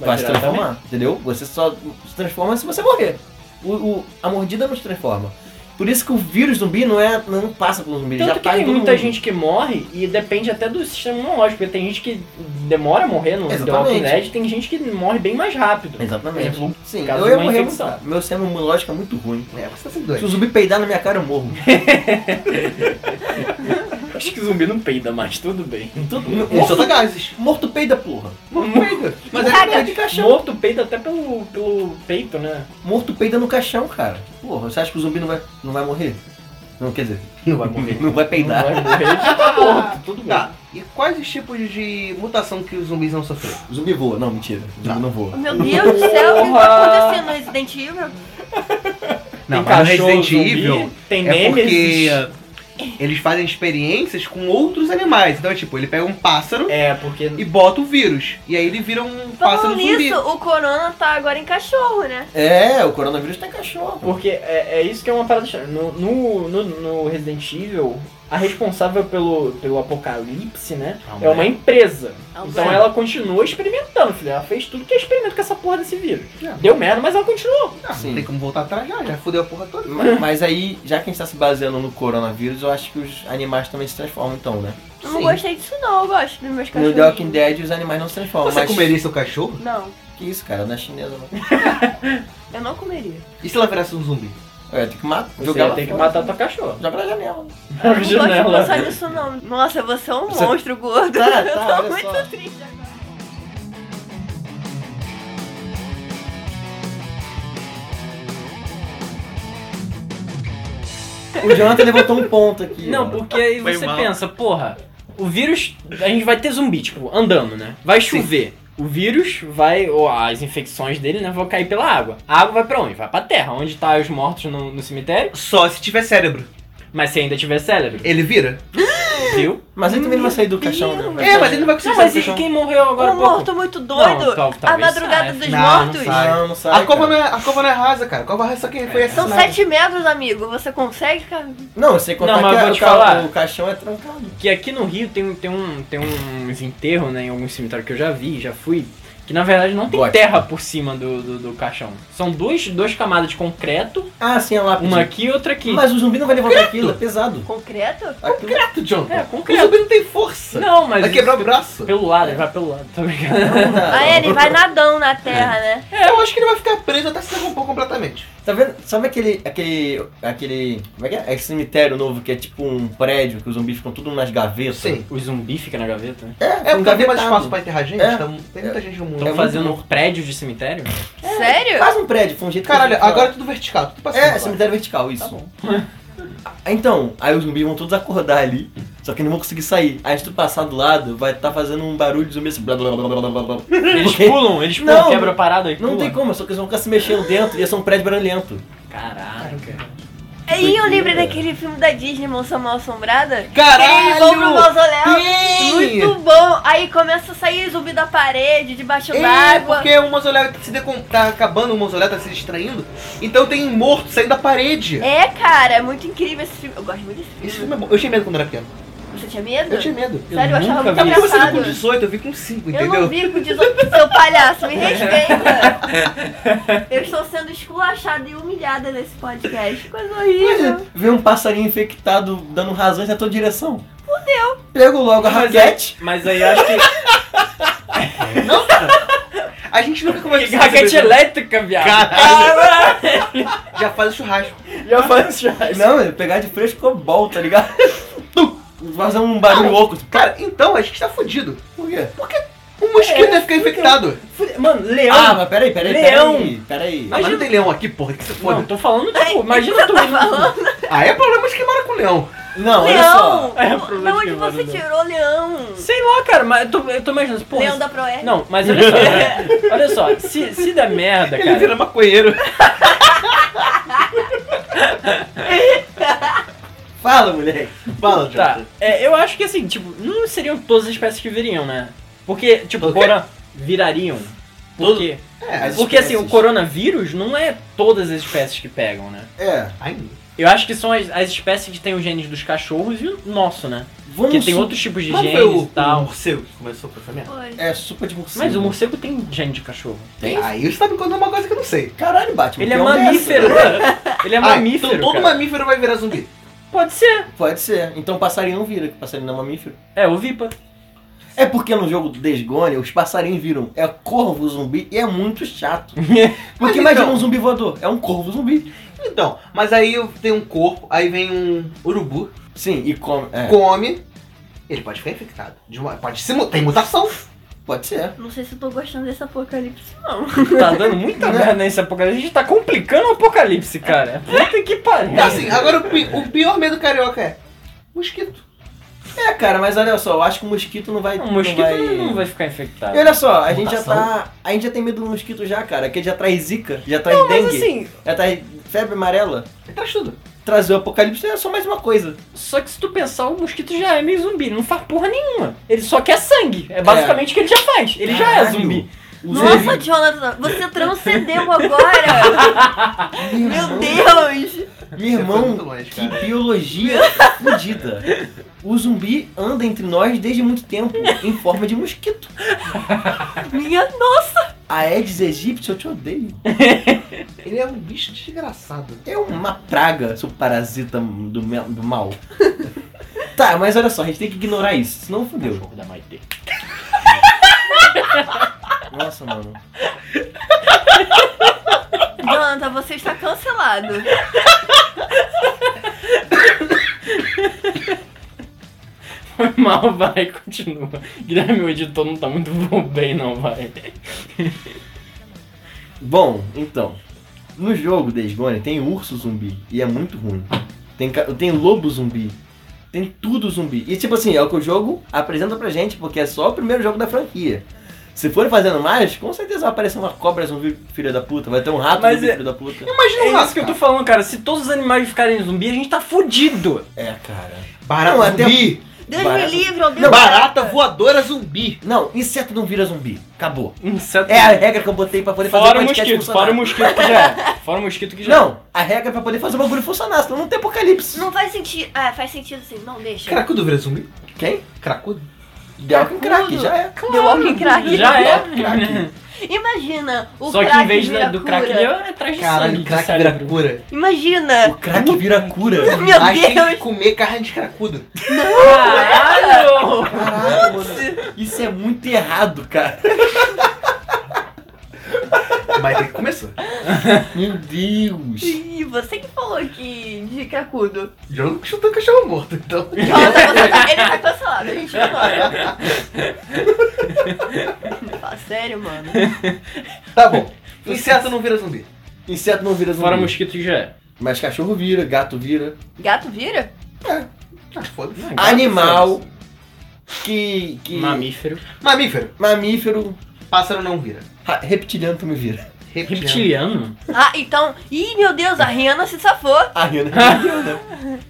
Tá. vai se
virar
transformar, entendeu? Você só se transforma se você morrer. O, o- a mordida não se transforma. Por isso que o vírus zumbi não, é, não passa pelo zumbi, ele
também.
já
Tanto que
passa
tem
em todo
muita
mundo.
gente que morre e depende até do sistema imunológico. Porque tem gente que demora a morrer no The Walking
Exatamente.
Dead, tem gente que morre bem mais rápido.
Exatamente.
Por exemplo,
Sim,
caso
eu
de
ia
uma
morrer muito
infecção.
rápido. Meu sistema imunológico é muito ruim.
É, você tá sendo
Se
doido.
o zumbi peidar na minha cara, eu morro.
Acho que zumbi não peida mais, tudo bem.
Tudo-
Eles
morto,
são sagazes.
morto peida, porra.
Mas é
Caga.
coisa de caixão.
Morto peida até pelo, pelo peito, né?
Morto peida no caixão, cara. Porra, você acha que o zumbi não vai, não vai morrer? Não, quer dizer,
é-
Não vai morrer.
não vai peidar.
Não vai morrer, ele já tá morto, tudo bem.
Tá. E quais os tipos de mutação que os zumbis não sofreram?
O zumbi voa. Não, mentira. O zumbi
Não.
não, voa.
Meu Deus do céu, o que
Ah.
tá acontecendo no Resident Evil?
Não,
tem
mas no
cachorro,
Resident
zumbi,
Evil
tem
é
Nemesis.
porque eles fazem experiências com outros animais. Então, é tipo, ele pega um pássaro
É, porque...
e bota o vírus. E aí ele vira um pássaro
Falando
zumbi.
nisso, o Corona tá agora em cachorro, né?
É, o coronavírus tá em cachorro.
Porque é, é isso que é uma parada chata. no, no, no, no Resident Evil, a responsável pelo, pelo apocalipse, né?
Ah,
é uma empresa.
Ah,
Então
bem.
ela continuou experimentando, filho. Ela fez tudo que é experimento com essa porra desse vírus.
É.
Deu merda, mas ela continuou.
Ah, não
Sim.
tem como voltar atrás já, já fudeu a porra toda.
Mas, mas aí, já que a gente tá se baseando no coronavírus, eu acho que os animais também se transformam então, né?
Eu não
Sim.
gostei disso não, eu gosto dos meus
No
cachorros.
The Walking Dead os animais não se transformam,
Você
mas...
comeria seu cachorro?
Não,
Que isso, cara, não é chinesa não.
eu não comeria.
E se ela virasse um zumbi?
É, tem que matar,
Você
jogar
ia
ela
ter que
fora.
matar
assim?
tua cachorra.
Joga na janela.
Eu não gosto de
É Janela.
pensar nisso não. Nossa, você é um
Você-
monstro gordo.
Tá, tá,
eu tô
olha
muito
só.
triste agora.
O Jonathan levantou um ponto aqui.
Não,
ó.
porque aí
Foi
você
mal.
pensa, porra, o vírus. A gente vai ter zumbi, tipo, andando, né? Vai chover. O vírus vai. Ou as infecções dele, né? Vão cair pela água. A água vai pra onde? Vai pra terra, onde tá os mortos no, no cemitério.
Só se tiver cérebro.
Mas se ainda tiver cérebro,
Ele vira?
viu?
Mas ele também não vai sair do caixão, né? Vai
É,
sair-
mas ele não vai conseguir
Não,
sair
mas
do
e
caixão.
quem morreu agora?
Um
há pouco?
morto muito doido.
Não, é tal-
a
talvez
madrugada
saia.
dos
Não, não
mortos.
saia.
Não, não sai,
A cova,
cara.
não é, a cova não é rasa, cara. A cova rasa é quem foi
É.
São
assassinado.
7 metros, amigo. Você consegue, cara?
Não, sem contar
Não, mas
que
eu vou
a-
te
o ca-
falar.
o caixão é trancado.
Que aqui no Rio tem, um- tem, um, tem uns enterros, né? Em alguns cemitérios que eu já vi, já fui. Que na verdade não tem
Gótico.
terra por cima do, do, do caixão. São duas, duas camadas de concreto,
Ah, sim, é lá.
uma aqui e outra aqui.
Mas o zumbi não vai levantar aquilo, é pesado.
Um Concreto?
Aquilo tá
Concreto, John.
É,
O
concreto.
zumbi não tem força.
Não, mas.
vai quebrar o braço.
Pelo lado, ele vai pelo lado, tá ligado?
não dá.
Aí ele vai nadão na terra, né?
Eu acho que ele vai ficar preso até se derrubar completamente.
Tá vendo? Sabe aquele. aquele. aquele. Como é que é? Aquele cemitério novo que é tipo um prédio que os zumbis ficam tudo nas gavetas?
Sim.
O zumbi fica na gaveta?
É,
É, porque tem mais
engavetado.
espaço pra enterrar gente.
É.
tá- tem muita gente no mundo.
Estão
muito
fazendo
um
louco.
prédios de cemitério?
Sério?
Faz um prédio, foi um jeito que
Caralho,
eu fiz,
agora Tá é tudo vertical, tudo pra cima.
É,
lá.
cemitério vertical, isso. então, aí os zumbis vão todos acordar ali, só que não vão conseguir sair. Aí se tu passar do lado, vai estar fazendo um barulho de zumbi assim. Blá, blá, blá, blá, blá, blá, blá.
Eles
Porque
pulam, eles pulam,
Não,
quebra a parada e
Não
pula.
tem como, só que eles vão ficar se mexendo dentro e esse é um prédio barulhento.
Caraca.
Aí eu lembrei
doideira.
daquele filme da Disney, Mansão Mal Assombrada.
Caralho!
Eles vão pro um mausoléu.
Sim!
Muito bom. Aí começa a sair zumbi da parede, debaixo
É,
d'água.
porque o mausoléu tá, se decom... tá acabando, o mausoléu tá se distraindo, então tem morto saindo da parede.
É, cara, é muito incrível esse filme. Eu gosto muito desse filme.
Esse filme é bom. Eu tinha medo quando era pequeno.
Você tinha medo?
Eu tinha medo.
Eu
Sério, eu achava
nunca
muito
vi
Eu comecei com
Tá engraçado.
18, eu vi com 5,
Eu
entendeu?
não vi com 18, seu palhaço, me respeita. Eu estou sendo esculachada e humilhada nesse podcast. Coisa horrível.
Vê um passarinho infectado dando rasante na tua direção. Fudeu. Pego logo a
é
Mas
raquete.
Mas aí acho que.
Não, cara. A gente nunca
que é
conversou sobre
raquete
isso.
elétrica, viado.
Caralho. Já faz o churrasco.
Já faz já.
Não, eu pegar de fresco ficou bom, tá ligado? Tum! Fazer um
Ah,
barulho louco. assim, pá.
Cara, então a gente tá fudido.
Por quê?
O mosquito ia ficar infectado.
Fude- Mano, leão.
Ah, mas peraí, peraí, peraí.
Leão.
Peraí.
Mas não tem leão aqui, porra, que se
Não,
foda.
tô falando,
Ai,
tipo, imagina
você
tu.
tá falando?
Ah, é problema de quem mora com leão.
Não, olha só.
Leão!
É,
da
problema de
onde você
Leonardo.
tirou leão?
Sei lá, cara, mas eu tô, eu tô imaginando, porra.
Leão da Proer?
Não, mas olha só, né? olha só, se, se der merda,
Ele vira
cara.
maconheiro.
Fala, moleque.
Fala,
Tá,
Jonathan.
é, eu acho que assim, tipo, não seriam todas as espécies que viriam, né? Porque, tipo, corona virariam. Por
Todo-
quê?
As
Porque assim, o
espécies.
coronavírus não é todas as espécies que pegam, né?
É.
Ai,
Eu acho que são as, as espécies que tem os genes dos cachorros e o nosso, né?
Vamos
Porque tem
su-
outros tipos de
Qual
genes
foi o,
e tal.
o morcego que começou com essa merda?
Foi.
É, sopa de morcego.
Mas o morcego tem gene de cachorro.
Tem?
Aí você tá me contando uma coisa que eu não sei.
Caralho, Batman.
Ele é
tem um
mamífero, cara. Ele é
Ah,
mamífero.
Então todo
cara.
mamífero vai virar zumbi.
Pode ser.
dessa. Pode ser. Então passarinho não vira, que passarinho não é mamífero.
É, ovipa.
É porque no jogo do Days Gone, os passarinhos viram. É corvo zumbi e é muito chato.
Mas
Porque imagina
então-
um zumbi voador. É um corvo zumbi.
Então, mas aí eu- tem um corpo, aí vem um urubu,
Sim, e come. É,
come, ele pode ficar infectado. De uma- pode ser, mu- tem mutação.
pode ser.
Não sei se eu tô gostando desse apocalipse, não.
Tá dando muita merda nesse apocalipse. A gente tá complicando o apocalipse, cara. Puta que pariu.
Então, assim, agora o, pi- o pior medo carioca é mosquito.
É, cara, mas olha só, eu acho que o mosquito não vai.
O mosquito
não vai...
não vai ficar infectado.
E olha só, a gente já
Mutação.
tá. A gente já tem medo do mosquito já, cara. Que ele já traz zika, já traz dengue,
Mas assim,
já traz febre amarela.
Ele traz tudo.
Trazer o apocalipse é só mais uma coisa.
só que se tu pensar, o mosquito já é meio zumbi. Ele não faz porra nenhuma. Ele só quer sangue. É basicamente o que ele já faz. Ele já é
Caralho.
zumbi.
O zumbi-
Nossa, Jonathan, você transcendeu agora! Meu Deus!
Meu
Você foi é muito
irmão,
longe,
que
cara.
biologia fodida. O zumbi anda entre nós desde muito tempo, em forma de mosquito.
Minha nossa!
A Aedes aegypti, eu te odeio.
Ele é um bicho desgraçado.
É uma praga, seu parasita do, me- do mal. Tá, mas olha só, a gente tem que ignorar isso, senão fodeu.
Cachorro da Maite.
Nossa, mano.
Jonathan, você está cancelado.
Foi mal, vai, continua. Guilherme, o editor não tá muito bom bem, não, vai.
Bom, então. No jogo Days Gone tem urso zumbi e é muito ruim. Tem, ca- tem lobo zumbi. Tem tudo zumbi. E tipo assim, é o que o jogo apresenta pra gente, porque é só o primeiro jogo da franquia. Se forem fazendo mais, com certeza vai aparecer uma cobra zumbi, filha da puta. Vai ter um rato
Mas
zumbi,
é-
filho da puta.
Imagina
um
é
rato,
isso que eu tô falando, cara. Se todos os animais ficarem zumbi, a gente tá fudido.
É, cara.
Barata
Não, até-
zumbi.
Deus
Barata-
me livre, eu
Não,
Deus.
Barata voadora zumbi.
Não, inseto não vira zumbi. Acabou.
Inseto.
É a regra que eu botei pra poder fazer
Fora o
podcast
mosquito,
funcionar.
fora o mosquito que já é. Fora o mosquito que já é.
Não, a regra é pra poder fazer o bagulho funcionar, senão não tem apocalipse.
Não faz sentido. Ah, faz sentido sim. Não, deixa.
Cracudo vira zumbi?
Quem?
Cracudo?
Deu um craque, já é.
The Walking Crack.
Já é.
né? Imagina o
Só que
crack
em vez
vira
né, do crack, ele
cura.
é atrás de sangue,
Caralho,
de
craque
cérebro.
vira cura.
Imagina!
O craque vira cura.
Meu
Mas tem que
Deus!
comer carne de cracudo.
Ah,
Caralho!
Caralho, mano. Isso é muito errado, cara.
Mas tem que começou.
Meu Deus.
Ih, você que falou que de cracudo.
Eu não chutou cachorro morto, então.
Jonathan, você- ele tá cancelado, a gente ignora. Fala sério, mano.
Tá bom. Inseto não vira zumbi.
Inseto não vira zumbi.
Fora mosquito que já é.
Mas cachorro vira, gato vira.
Gato vira?
Ah, foda-se.
Não,
Animal que. que
Mamífero.
Mamífero.
mamífero.
Pássaro não vira.
ra- Reptiliano também vira. é?
Reptiliano?
Ah, então. Ih, meu Deus, a Rihanna se safou.
A Rihanna é reptiliana.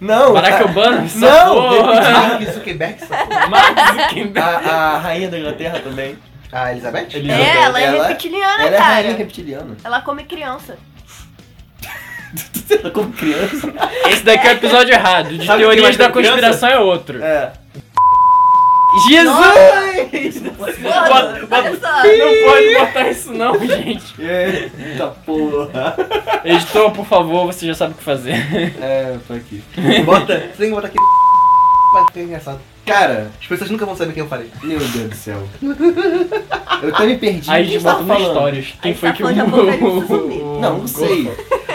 Não.
Barack
a-
Obama?
Não!
Mark Zuckerberg. sacou?
Mark Zuckerberg.
A, a rainha da Inglaterra também.
A Ah, Elizabeth?
Ele-
É, ela é
Ela-
reptiliana,
Ela é a
cara.
rainha reptiliana.
Ela come criança.
Ela como criança.
Esse daqui é o episódio errado. De
Sabe o que
teorias
mais
da
tem criança?
conspiração é outro.
É.
Jesus!
Mano, olha só.
Não pode botar isso não, gente.
Eita tá porra.
Editor, por favor, você já sabe o que fazer.
É, eu tô aqui.
Bota. Você tem que botar aqui. Vai ficar engraçado.
Cara,
é As pessoas nunca vão saber quem eu falei.
meu Deus do céu. Eu até me perdi.
Aí a
Quem
gente
tava
bota uma
tá falando?
história. Quem
Aí
foi
tá
que o...
falando de apocalipse zumbi.
Não, não sei.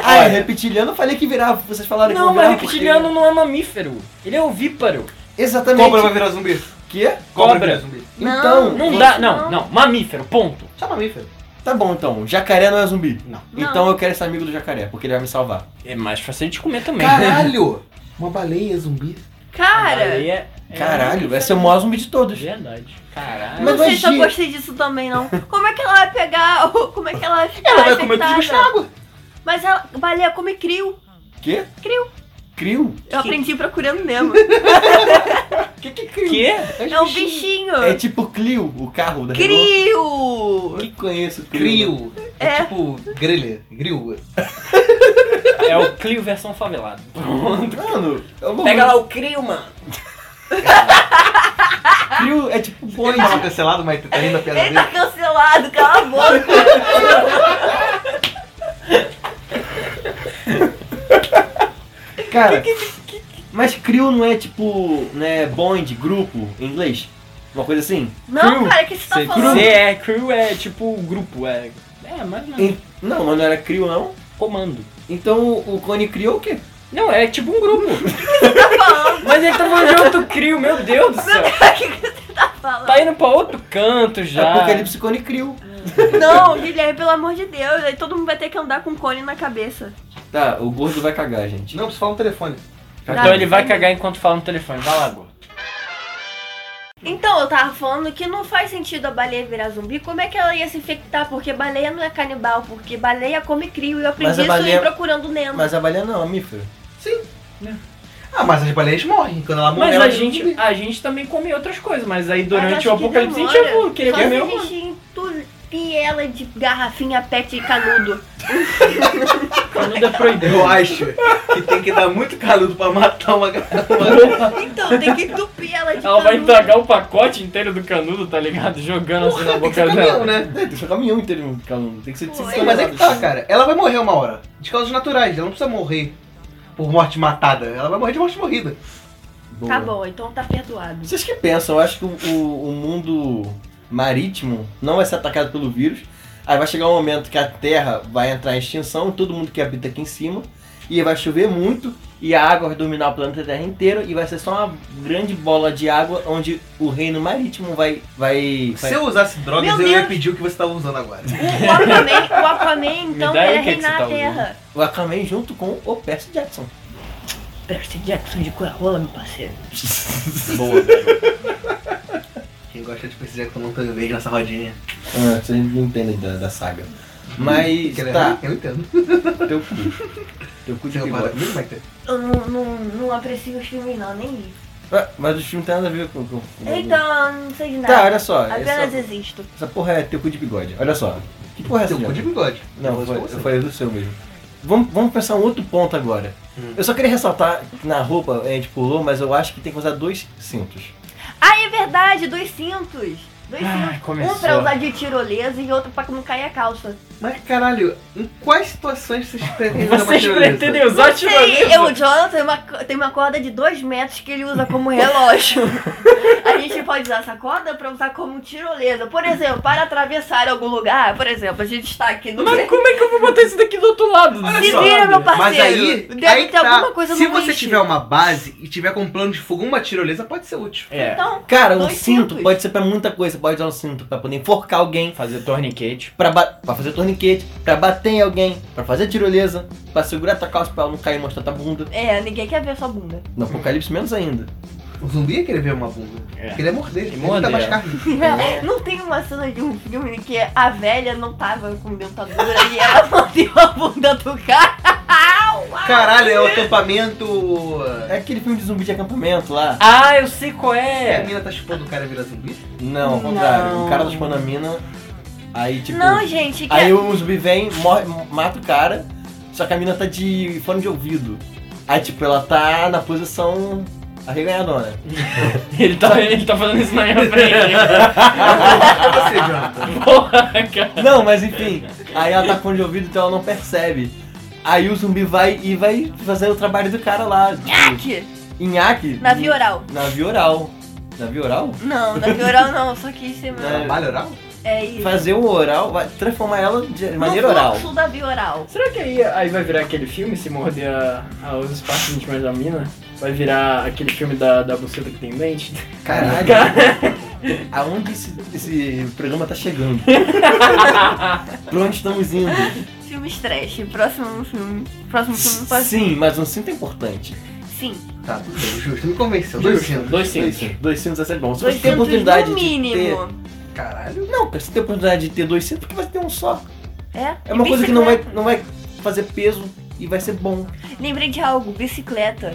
Ah, é
Olha.
reptiliano, eu falei que virava. Vocês falaram que
Não,
virava
mas reptiliano não é mamífero. Ele é ovíparo.
Porque... Exatamente.
Cobra vai virar zumbi.
Quê?
Cobra,
Cobra.
vira zumbi.
Então,
Não.
Não
vo-
dá, não, não. Mamífero, ponto.
Só mamífero.
Tá bom então, jacaré não é zumbi.
Não.
Então eu quero ser amigo do jacaré, porque ele vai me salvar.
É mais fácil de comer também.
Caralho! Uma baleia zumbi.
Cara,
Baleia é-
Caralho, vai ser o maior zumbi de todos.
Verdade. Caralho.
não
Mas
sei se eu
imagina-
gostei disso também, não. Como é que ela vai pegar. o- Como é que ela vai ficar
Ela vai comer
infectada?
tudo na água.
Mas ela, baleia come crio.
Quê?
Crio.
Crio?
Eu aprendi procurando mesmo.
Que que crio?
Que?
É um bichinho.
É tipo né, Clio, o carro da Renault.
Crio!
Eu conheço
Crio.
Clio.
É,
É.
tipo grelha. Griu.
É o Clio versão favelado.
Mano, é uma-
Pega lá o Clio, mano.
Crio é tipo
Foi
Bond.
mal cancelado, mas tá rindo a piada
Ele tá
é
dele.
cancelado, cala a boca.
Cara, mas Crio não é tipo, né, Bond, grupo, em inglês? Uma coisa assim?
Não,
Crio.
cara, o que você tá
Você
falando?
é, Crew é tipo grupo, é. É, mas não.
Em- Não, mas não era Crio não.
Comando.
Então o Cone criou o quê?
Não, é tipo um grupo.
Tá falando?
Mas ele tá falando de outro Crio, meu Deus do céu.
O que que você tá falando?
Tá indo pra outro canto já.
Apocalipse Cone criou.
Não, Guilherme, pelo amor de Deus. Aí todo mundo vai ter que andar com cone na cabeça.
Tá, o gordo vai cagar, gente.
Não, preciso falar no telefone.
Então ele vai cagar enquanto fala no telefone. Vai lá, Gordo.
Então, eu tava falando que não faz sentido a baleia virar zumbi. Como é que ela ia se infectar? Porque baleia não é canibal, porque baleia come crio. E eu aprendi
Mas a
isso
baleia-
em procurando Nemo.
Mas a baleia não, é um mamífero.
Ah, mas as baleias morrem. Quando ela morre,
Mas
ela
a
vira
gente,
zumbi.
a gente também come outras coisas, mas aí
Mas
durante
acho
o
que
apocalipse a
demora.
gente é eu queria
Só se
comer
a
uma.
gente entupir ela de garrafinha pet e canudo.
Canudo é proibido.
Eu acho que tem que dar muito caludo pra matar uma garota.
Então, tem que entupir ela de
Ela vai
canudo.
entregar o pacote inteiro do canudo, tá ligado? Jogando assim
Tem
na
que
boca
ser caminhão,
um,
dela.
né?
É, tem que ser caminhão inteiro no canudo. Tem que ser
Pô,
de
é,
Mas é que tá, cara. Ela vai morrer uma hora. De causas naturais. Ela não precisa morrer por morte matada. Ela vai morrer de morte morrida.
Boa.
Tá bom, então tá perdoado.
Vocês que pensam, eu acho que o, o- o mundo marítimo não vai ser atacado pelo vírus. Aí vai chegar um momento que a Terra vai entrar em extinção, todo mundo que habita aqui em cima, e vai chover muito, e a água vai dominar o planeta Terra inteiro, e vai ser só uma grande bola de água onde o reino marítimo vai. vai, vai-
Se eu usasse drogas,
Meu
eu ia
Deus.
pedir o que você tava usando agora.
O Aquaman, o Aquaman então,
dá aí
vai
o que que
reinar
você
a
tá
Terra.
O Aquaman junto com o Percy Jackson.
Percy Jackson de cor rola, meu parceiro.
Boa.
Quem gosta de perceber que eu não tô verde nessa rodinha.
Ah, vocês não entendem da, da saga. Mas.
Que ele é
Tá,
ruim? Eu entendo.
teu cu. Teu cu
Você
de
não para
bigode.
comigo, Maite?
Eu não, não, não aprecio os filmes não, nem li.
Ah, Mas o filme não tem nada a ver com. com, com
Então, não sei de nada.
Tá, olha só.
Apenas
essa-
existo.
Essa porra é teu cu de bigode. Olha só. Que porra é essa?
Seu cu um de
Diego?
bigode.
Não, eu
Eu assim. sou
falei, eu
você.
falei do seu mesmo. Vamos, vamos pensar um outro ponto agora.
Hum.
Eu só queria ressaltar que na roupa a gente pulou, mas eu acho que tem que usar dois cintos.
Ah, é verdade, dois cintos. Dois
Ai,
cintos.
começou.
Um pra usar de tirolesa e outro pra não cair a calça.
Mas caralho, em quais situações vocês pretendem dar uma
Vocês
tirolesa?
pretendem usar
Não sei,
tirolesa?
eu, o Jonathan tem uma, co- tem uma corda de dois metros que ele usa como relógio. a gente pode usar essa corda pra usar como tirolesa. Por exemplo, para atravessar algum lugar. Por exemplo, a gente está aqui no...
Mas como é que eu vou botar isso daqui do outro lado?
Olha
Se
só,
vira, meu parceiro.
Mas aí,
Deve
aí
ter
tá.
alguma coisa
Se
no
você
lixo.
tiver uma base
E tiver com um plano de fogo, uma tirolesa pode ser útil.
É,
Então,
Cara, um
Dois
cinto
cintos?
pode ser pra muita coisa. Pode usar um cinto pra poder enforcar alguém,
fazer torniquete.
pra, ba- pra fazer torniquete, pra bater em alguém, pra fazer tirolesa, pra segurar tua calça pra ela não cair e mostrar tua bunda.
é, ninguém quer ver sua bunda.
Hum.
No apocalipse menos ainda.
O zumbi ia querer ver uma bunda.
É.
Porque ele é morder.
Ele
Ele não tá
morde,
mais
é.
carne.
Não tem uma cena de um filme que a velha não tava com dentadura e ela mordeu a bunda do cara.
Caralho, é o acampamento.
É aquele filme de zumbi de acampamento lá.
Ah, eu sei qual
É, a
é.
mina tá chupando o cara e vira zumbi?
Não, ao
Não.
contrário. O cara tá chupando a mina, aí tipo...
Não, gente, que é
Aí o zumbi vem, morre, mata o cara, só que a mina tá de fone de ouvido. Aí, tipo, ela tá na posição arreganhadona.
Ele tá, ele tá fazendo isso na minha frente. né?
É você, Jonathan.
Porra, cara.
Não, mas enfim, aí ela tá com fone de ouvido, então ela não percebe. Aí o zumbi vai e vai fazer o trabalho do cara lá. tipo,
Nhaque!
Nhaque?
Navio oral.
Navio oral. Navio oral?
Não, navio oral não, só que isso é
Não.
meu.
Trabalho oral?
É isso.
fazer o oral, vai transformar ela de maneira
no
oral.
fluxo da via oral.
Será que aí, aí vai virar aquele filme, se morder a, a, os espacinhos mais da mina? Vai virar aquele filme da, da buceta que tem dente?
Caralho, aonde esse, esse programa tá chegando? pra onde estamos indo?
Filme trash. Próximo filme. Próximo filme pode
Sim, mas um cinto é importante.
Sim.
Tá, tudo bem, justo. Me convenceu. Dois
Dois
filmes.
Dois
Dois
cintos.
cintos. Dois cintos é sempre bom. Se você tem a
200
oportunidade
no
de ter...
mínimo.
Caralho.
Não, cara, se tem a oportunidade de ter dois cintos, por que vai ter um só?
É.
É
E
uma coisa que não vai,
bicicleta.
não vai fazer peso e vai ser bom.
Lembrei de algo, bicicleta.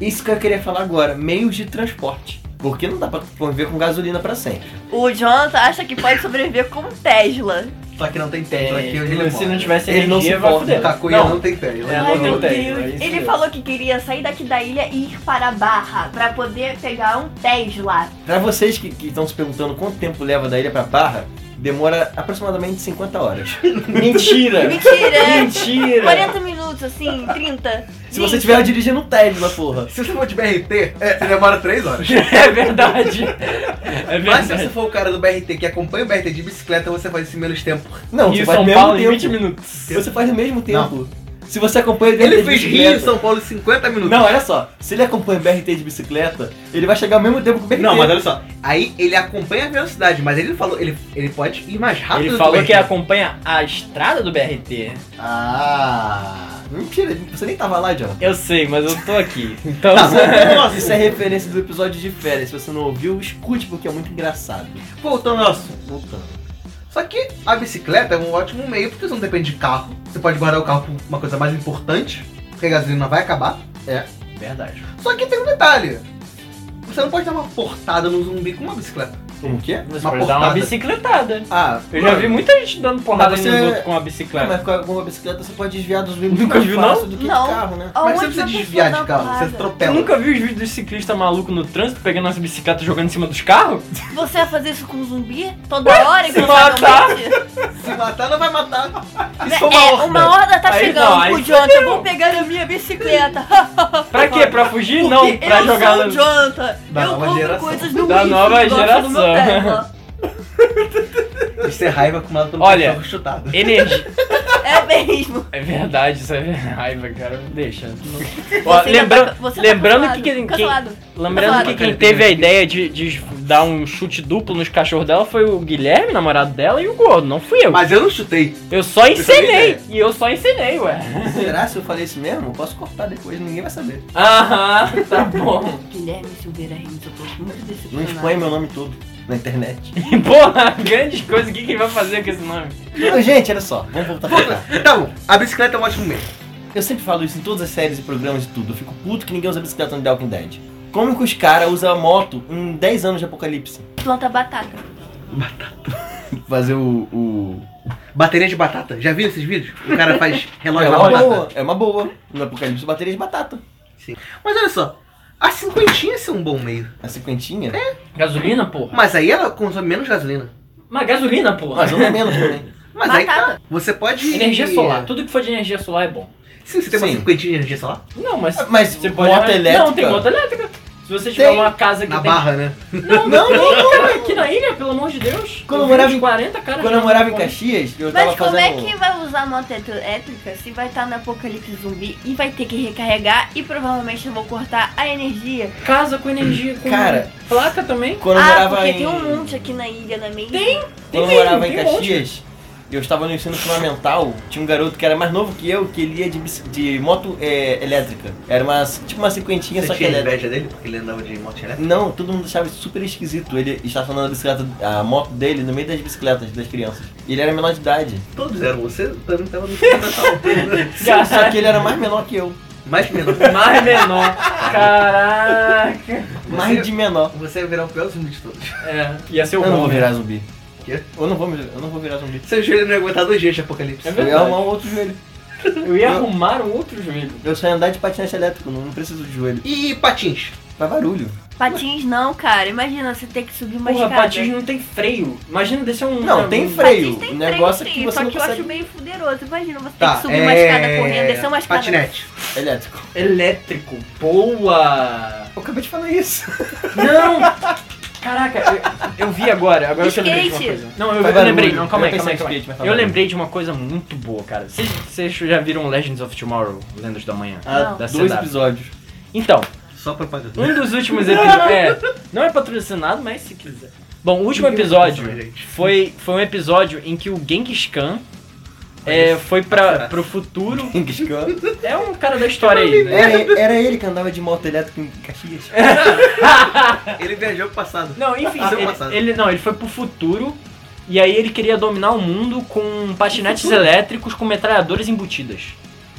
Isso que eu queria falar agora, meios de transporte. Porque não dá pra conviver com gasolina pra sempre.
O Jonathan acha que pode sobreviver com Tesla.
Só que não tem Tesla aqui onde ele
É, se não
mora.
tivesse
Ele não se
energia, vai
importa,
fuder.
Takuya não, tem Tesla.
É,
Ai,
não
meu
tem,
Deus.
é isso
Ele
mesmo.
falou que queria sair daqui da ilha e ir para a Barra para poder pegar um Tesla.
Pra vocês que que estão se perguntando quanto tempo leva da ilha pra Barra, demora aproximadamente 50 horas. É.
Mentira!
Mentira!
Mentira!
40 minutos, assim, 30.
Se você estiver dirigindo um Tesla, porra.
Se você for de BRT, você demora três horas.
É verdade.
Mas
É
se você
verdade.
for o cara do BRT que acompanha o BRT de bicicleta, você faz isso em menos tempo.
Não,
E
você faz
São
no mesmo
Paulo em
tempo.
20 minutos.
Você faz no mesmo tempo. Se você acompanha o BRT
Ele
é de
fez
bicicleta-
Rio e São Paulo em 50 minutos.
Não, olha só. Se ele acompanha o BRT de bicicleta, ele vai chegar ao mesmo tempo que o BRT.
Não, mas olha só. Aí ele acompanha a velocidade, mas ele não falou, ele, ele pode ir mais rápido.
Ele
do
falou
o
que
BRT.
acompanha a estrada do BRT.
Ah, mentira. Você nem tava lá, John.
Eu sei, mas eu tô aqui. Então.
Nossa, isso é referência do episódio de férias. Se você não ouviu, escute porque é muito engraçado.
Voltando ao assunto.
Voltando.
Só que a bicicleta é um ótimo meio porque você não depende de carro. Você pode guardar o carro por uma coisa mais importante, porque a gasolina vai acabar.
Verdade.
Só que tem um detalhe. Você não pode dar uma portada no zumbi com uma bicicleta.
Como que é?
Você
Uma
pode dar uma
portada.
bicicletada.
Ah,
Eu já vi muita gente dando porrada
Mas você-
nos outros com a
Ah,
bicicleta.
mas com a- com uma bicicleta você pode desviar dos vinhos
Nunca
mais
viu,
fácil do que
Não.
de carro, né?
Mas
Aonde
é você
a
precisa
pessoa
desviar
dá
de carro,
porrada?
você
Tu
atropela.
nunca viu os vídeos dos ciclistas malucos no trânsito pegando as bicicletas e jogando em cima dos carros?
Você vai fazer isso com um zumbi? Toda hora,
se
incansavelmente? Né?
Se matar, não vai matar.
É,
Isso foi uma ordem.
uma horda tá
Aí
chegando.
não, aí
o Jonathan, eu vou pegar a minha bicicleta.
Pra quê? Pra fugir?
Porque
Não, pra
eu
jogar
sou o
no-
Jonathan.
Da
eu
nova
compro
geração.
coisas no
Da
Wish,
nova
eu gosto do meu
geração.
Tesla.
Isso é raiva acumulada pelo
Olha.
cachorro chutado.
Energia.
É mesmo.
É verdade, isso é raiva, cara. Deixa. Ó,
Você ainda
lembra-
tá- você tá
Lembrando que
cancelado,
quem, quem,
cancelado.
lembrando que quem teve a ideia de, de dar um chute duplo nos cachorros dela foi o Guilherme, namorado dela, e o Gordo. Não fui eu.
Mas eu não chutei.
Eu só
Essa é a
ensinei. E eu só ensinei, ué.
Será se eu falei isso mesmo? Eu posso cortar depois, ninguém vai saber.
Aham, tá bom.
Guilherme Silveira Rins, eu tô muito
Não
decepcionado.
expõe meu nome todo na internet.
Porra, grande coisa. O que, que ele vai fazer com esse nome?
Não, gente, olha só, vamos voltar pra cá.
Tá bom, a bicicleta é um ótimo meio.
Eu sempre falo isso em todas as séries e programas e tudo. Eu fico puto que ninguém usa bicicleta no The Walking Dead. Como que os caras usam moto em 10 anos de apocalipse?
Planta batata.
Fazer o. o...
Bateria de batata, já viram esses vídeos? O cara faz
É
relógio na
uma
batata.
boa, é uma boa. No apocalipse, bateria de batata.
Mas olha só, a cinquentinha ia ser um bom meio.
A cinquentinha?
Gasolina, porra?
Mas aí ela consome menos gasolina.
Mas gasolina, porra.
Mas ou é menos também.
Mas aí tá. Você pode.
Energia solar. Tudo que for de energia solar é bom.
Sim, você tem uma
Sim.
cinquentinha de energia solar?
Não, mas.
Mas
você pode.
moto elétrica?
Não, tem moto elétrica. Se você tiver
Tem.
uma casa que
Na
tem.
barra, né?
Não, não, não, cara, aqui na ilha, pelo amor de Deus.
Quando eu
vi
morava
uns
em-
40, cara.
Quando eu morava em Caxias, eu tava
Mas como é
fazendo.
que vai usar moto elétrica se vai estar no apocalipse zumbi e vai ter que recarregar e provavelmente eu vou cortar a energia?
Casa com energia, com
Cara.
placa também.
Quando eu
ah,
morava
porque
em.
tem um monte aqui na ilha, não é mesmo?
Tem. Tem
Quando eu
mesmo,
morava em
tem um monte.
Caxias, eu estava no ensino fundamental, tinha um garoto que era mais novo que eu, que ele ia de, bici- de moto é, elétrica. Era uma, tipo uma cinquentinha,
Você
só que
tinha
elétrica.
inveja dele porque ele andava de moto elétrica?
Não, todo mundo achava isso super esquisito. Ele estacionando a bicicleta, a moto dele no meio das bicicletas das crianças. E ele era menor de idade.
Todos eram, você também tava no fundamental.
Cara,
Só que ele era mais menor que eu.
né? Mais menos.
Mais menor. Caraca.
Mais de menor.
Você ia virar o pior zumbi de todos.
É, ia ser o
Eu não vou
bom, né?
virar zumbi.
Quê?
Eu não vou, eu não vou virar zumbi.
Seu joelho não ia aguentar dois dias de apocalipse.
É
Eu
verdade.
ia arrumar um outro joelho.
Eu ia arrumar um outro joelho.
Eu só ia andar de patinete elétrico, não preciso de joelho.
E patins?
Faz barulho.
Patins não, cara. Imagina você ter que subir uma
Porra,
escada.
patins não tem freio. Imagina descer um.
Não,
um-
tem
Patins
freio.
tem
O negócio é
freio,
que
sim,
você
Só
não
que eu acho
consegue.
meio fuderoso. Imagina você
Tá.
ter que subir uma
é,
escada correndo, descer uma escada.
Patinete.
Elétrico.
Elétrico. Boa.
Eu acabei de falar isso.
Não. Caraca, eu, eu vi agora, agora eu lembrei de uma
Skate.
coisa. Não, eu,
Faz
eu lembrei,
barulho.
não, calma
Eu
aí,
pensei
calma aí,
em
calma aí.
skate, mas faz
Eu
barulho.
lembrei de uma coisa muito boa, cara. Vocês- Vocês já viram Legends of Tomorrow, Lendas da Manhã?
Há
Não.
Ah, dois
Da CW.
episódios.
Então,
Só propaganda.
um dos últimos episódios. É, não é patrocinado, mas se quiser. Bom, o último episódio foi, foi um episódio em que o Genghis Khan é, foi pra, pro futuro.
Genghis Khan.
É um cara da história aí, né?
Era, era ele que andava de moto elétrica em Caxias.
Ele viajou pro passado.
Não, enfim,
Ah, não, passado.
ele, ele- não, ele foi pro futuro e aí ele queria dominar o mundo com patinetes elétricos com metralhadoras embutidas.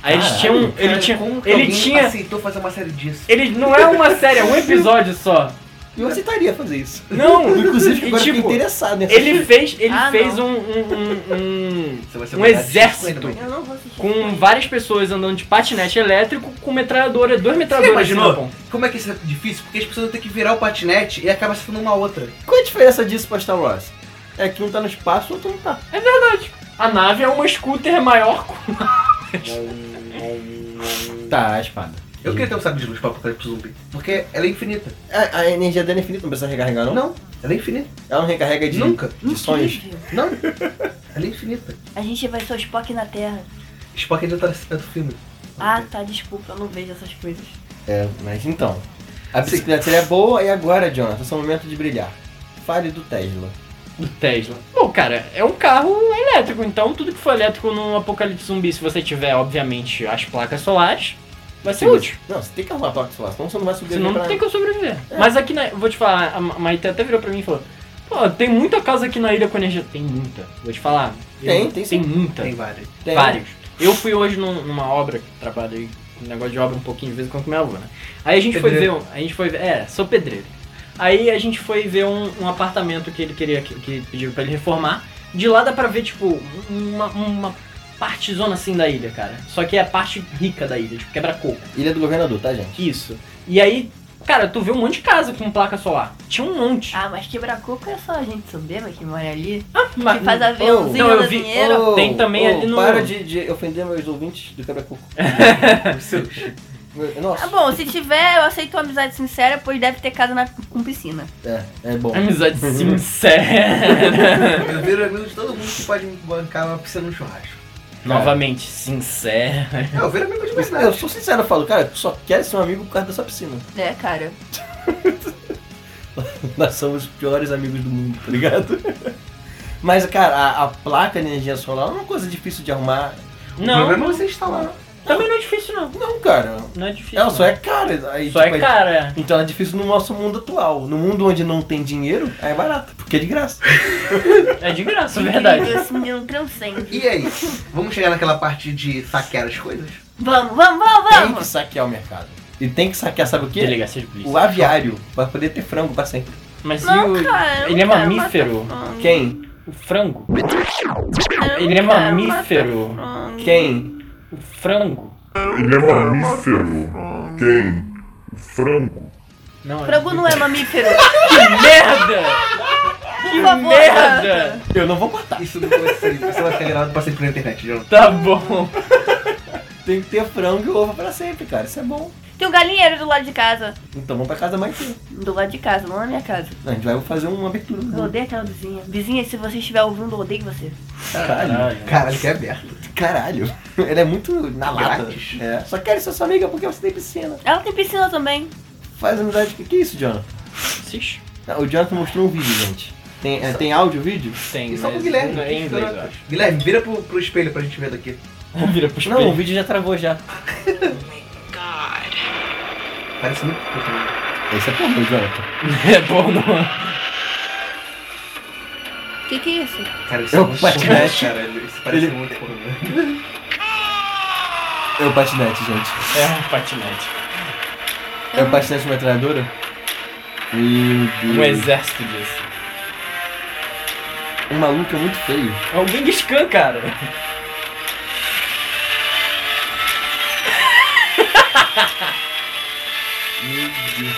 Aí eles
Caralho,
tinham, ele tinha,
Como que
ele
alguém
tinha,
aceitou fazer uma série disso?
ele não é uma série, é um episódio só.
Eu aceitaria fazer isso.
Não,
Inclusive,
e
agora eu
tipo,
fiquei interessado nessa
ele fez, ele
Ah,
fez um,
não.
um, um- um-
Você vai ser
um
obrigado a
exército
assistir.
Eu não vou assistir.
com várias pessoas andando de patinete elétrico com metralhadora, duas metralhadoras.
imaginou?
assim, pô.
Como é que isso é difícil? Porque as pessoas vão ter que virar o patinete e acaba sendo uma outra.
Qual a diferença disso pra Star Wars? É que um tá no espaço, o outro não tá.
A nave é uma scooter maior.
Tá, a espada.
Eu queria ter um sabre de luz pra apocalipse zumbi. Porque ela é infinita.
A, a energia dela é infinita, não precisa recarregar, não?
Não, ela é infinita.
Ela não recarrega de,
Nunca.
de sonhos.
Incrível.
Não, ela é infinita.
A gente vai ser o Spock na Terra.
Spock ainda tá nesse do filme.
Ah, tá, desculpa, eu não vejo essas coisas.
É, mas então. A bicicleta seria boa e agora, Jonathan, esse é o momento de brilhar. Fale do Tesla.
do Tesla. Bom, cara, é um carro elétrico, então tudo que for elétrico num apocalipse zumbi, se você tiver, obviamente, as placas solares, vai ser útil.
Não, você tem que arrumar a placa solar, senão você não vai subir
Senão não tem como sobreviver.
É.
Mas aqui na. Vou te falar, a Ma- Maite até virou pra mim e falou: Pô, tem muita casa aqui na ilha com energia. Tem muita. Vou te falar.
Tem,
Eu-
tem sim.
Tem muita.
Tem várias.
Tem.
Vários. Eu fui hoje num- numa obra, trabalhei com negócio de obra um pouquinho de vez em quando com minha avó, né? Aí a gente
Pedreiro.
foi ver um. A gente foi ver. É, sou pedreiro. Aí a gente foi ver um, um apartamento que ele queria, que, que pediram pra ele reformar. De lá dá pra ver, tipo, uma, uma parte zona assim da ilha, cara. Só que é a parte rica da ilha, tipo, quebra-coco.
Ilha do governador, tá, gente?
Isso. E aí, cara, tu vê um monte de casa com placa solar. Tinha um monte.
Ah, mas quebrar coco é só a gente soberba que mora ali.
Ah, Mas-
que faz aviãozinho
não, eu
do
vi- Oh.
dinheiro.
Tem também ali no-
Para de, de ofender meus ouvintes do quebra-cuco.
Tá
Ah,
Nossa,
bom, se tiver, eu aceito uma amizade sincera, pois deve ter casa na, com piscina.
é, é bom.
Amizade sincera.
Eu viro amigo de todo mundo que pode me bancar uma piscina no um churrasco.
Novamente, sincera.
É, eu viro amigo de
Eu
verdade.
sou sincero, eu falo, cara, tu só quero ser um amigo por causa dessa piscina.
É, cara.
Nós somos os piores amigos do mundo, tá ligado? Mas, cara, a, a placa de energia solar é uma coisa difícil de arrumar.
O
Não,
problema é você instalar.
também não é difícil, não.
Não, cara.
Não é difícil.
Ela
não.
só é cara. Aí,
Só
tipo,
é
aí-
cara.
Então ela é difícil no nosso mundo atual. No mundo onde não tem dinheiro, aí é barata, porque é de graça.
É de graça, é verdade.
Esse menino transcende.
E aí? Vamos chegar naquela parte de saquear as coisas?
Vamos, vamos,
Ah, É
vamos,
Tem que
vamos!
saquear o mercado. E tem que saquear, sabe o quê?
Delegacia de polícia.
O aviário, pra poder ter frango pra sempre.
Mas e
Não,
o.
cara. eu
Ele é
não quero
mamífero.
matar frango.
Quem?
O frango.
Eu não
Ele é
quero
mamífero.
matar frango.
Quem?
O frango.
Ele é mamífero. Quem? O frango.
Não,
Frango não é mamífero.
Que merda!
Por favor,
merda!
Eu não vou cortar.
Isso não vai ser. Você vai ficar gravado pra sempre na internet, John.
Tá bom.
Tem que ter frango e ovo pra sempre, cara. Isso é bom.
Tem um galinheiro do lado de casa.
Então vamos pra casa mais cedo.
Do lado de casa, não na minha casa.
A gente vai fazer uma abertura.
Eu odeio aquela vizinha. Vizinha, se você estiver ouvindo, eu odeio você.
Caralho.
Caralho, que é aberto.
Caralho. Ela é muito na lata.
Grátis.
É. Só quero ser sua amiga porque você tem piscina.
Ela tem piscina também.
Faz amizade. Que que é isso, Jonathan?
Ixi,
Ah, O Jonathan mostrou um vídeo, gente. Tem, é, tem áudio, vídeo?
Tem.
E só pro
mas-
Guilherme.
É em inglês, eu acho.
Guilherme, vira pro, pro espelho pra gente ver daqui.
Vira pro espelho.
Não, o vídeo já travou já.
Parece muito puto.
Esse é pornô, Jonathan.
É bom, não.
Que que é isso?
Cara, isso
É
é
o
muito
patinete.
patinete. Cara, isso parece
Ele-
muito pornô.
É o patinete, gente.
É um patinete.
É o patinete metralhadora? Meu
Um
Deus.
exército disso.
Um maluco é muito feio.
É o Genghis Khan, cara.
Meu Deus.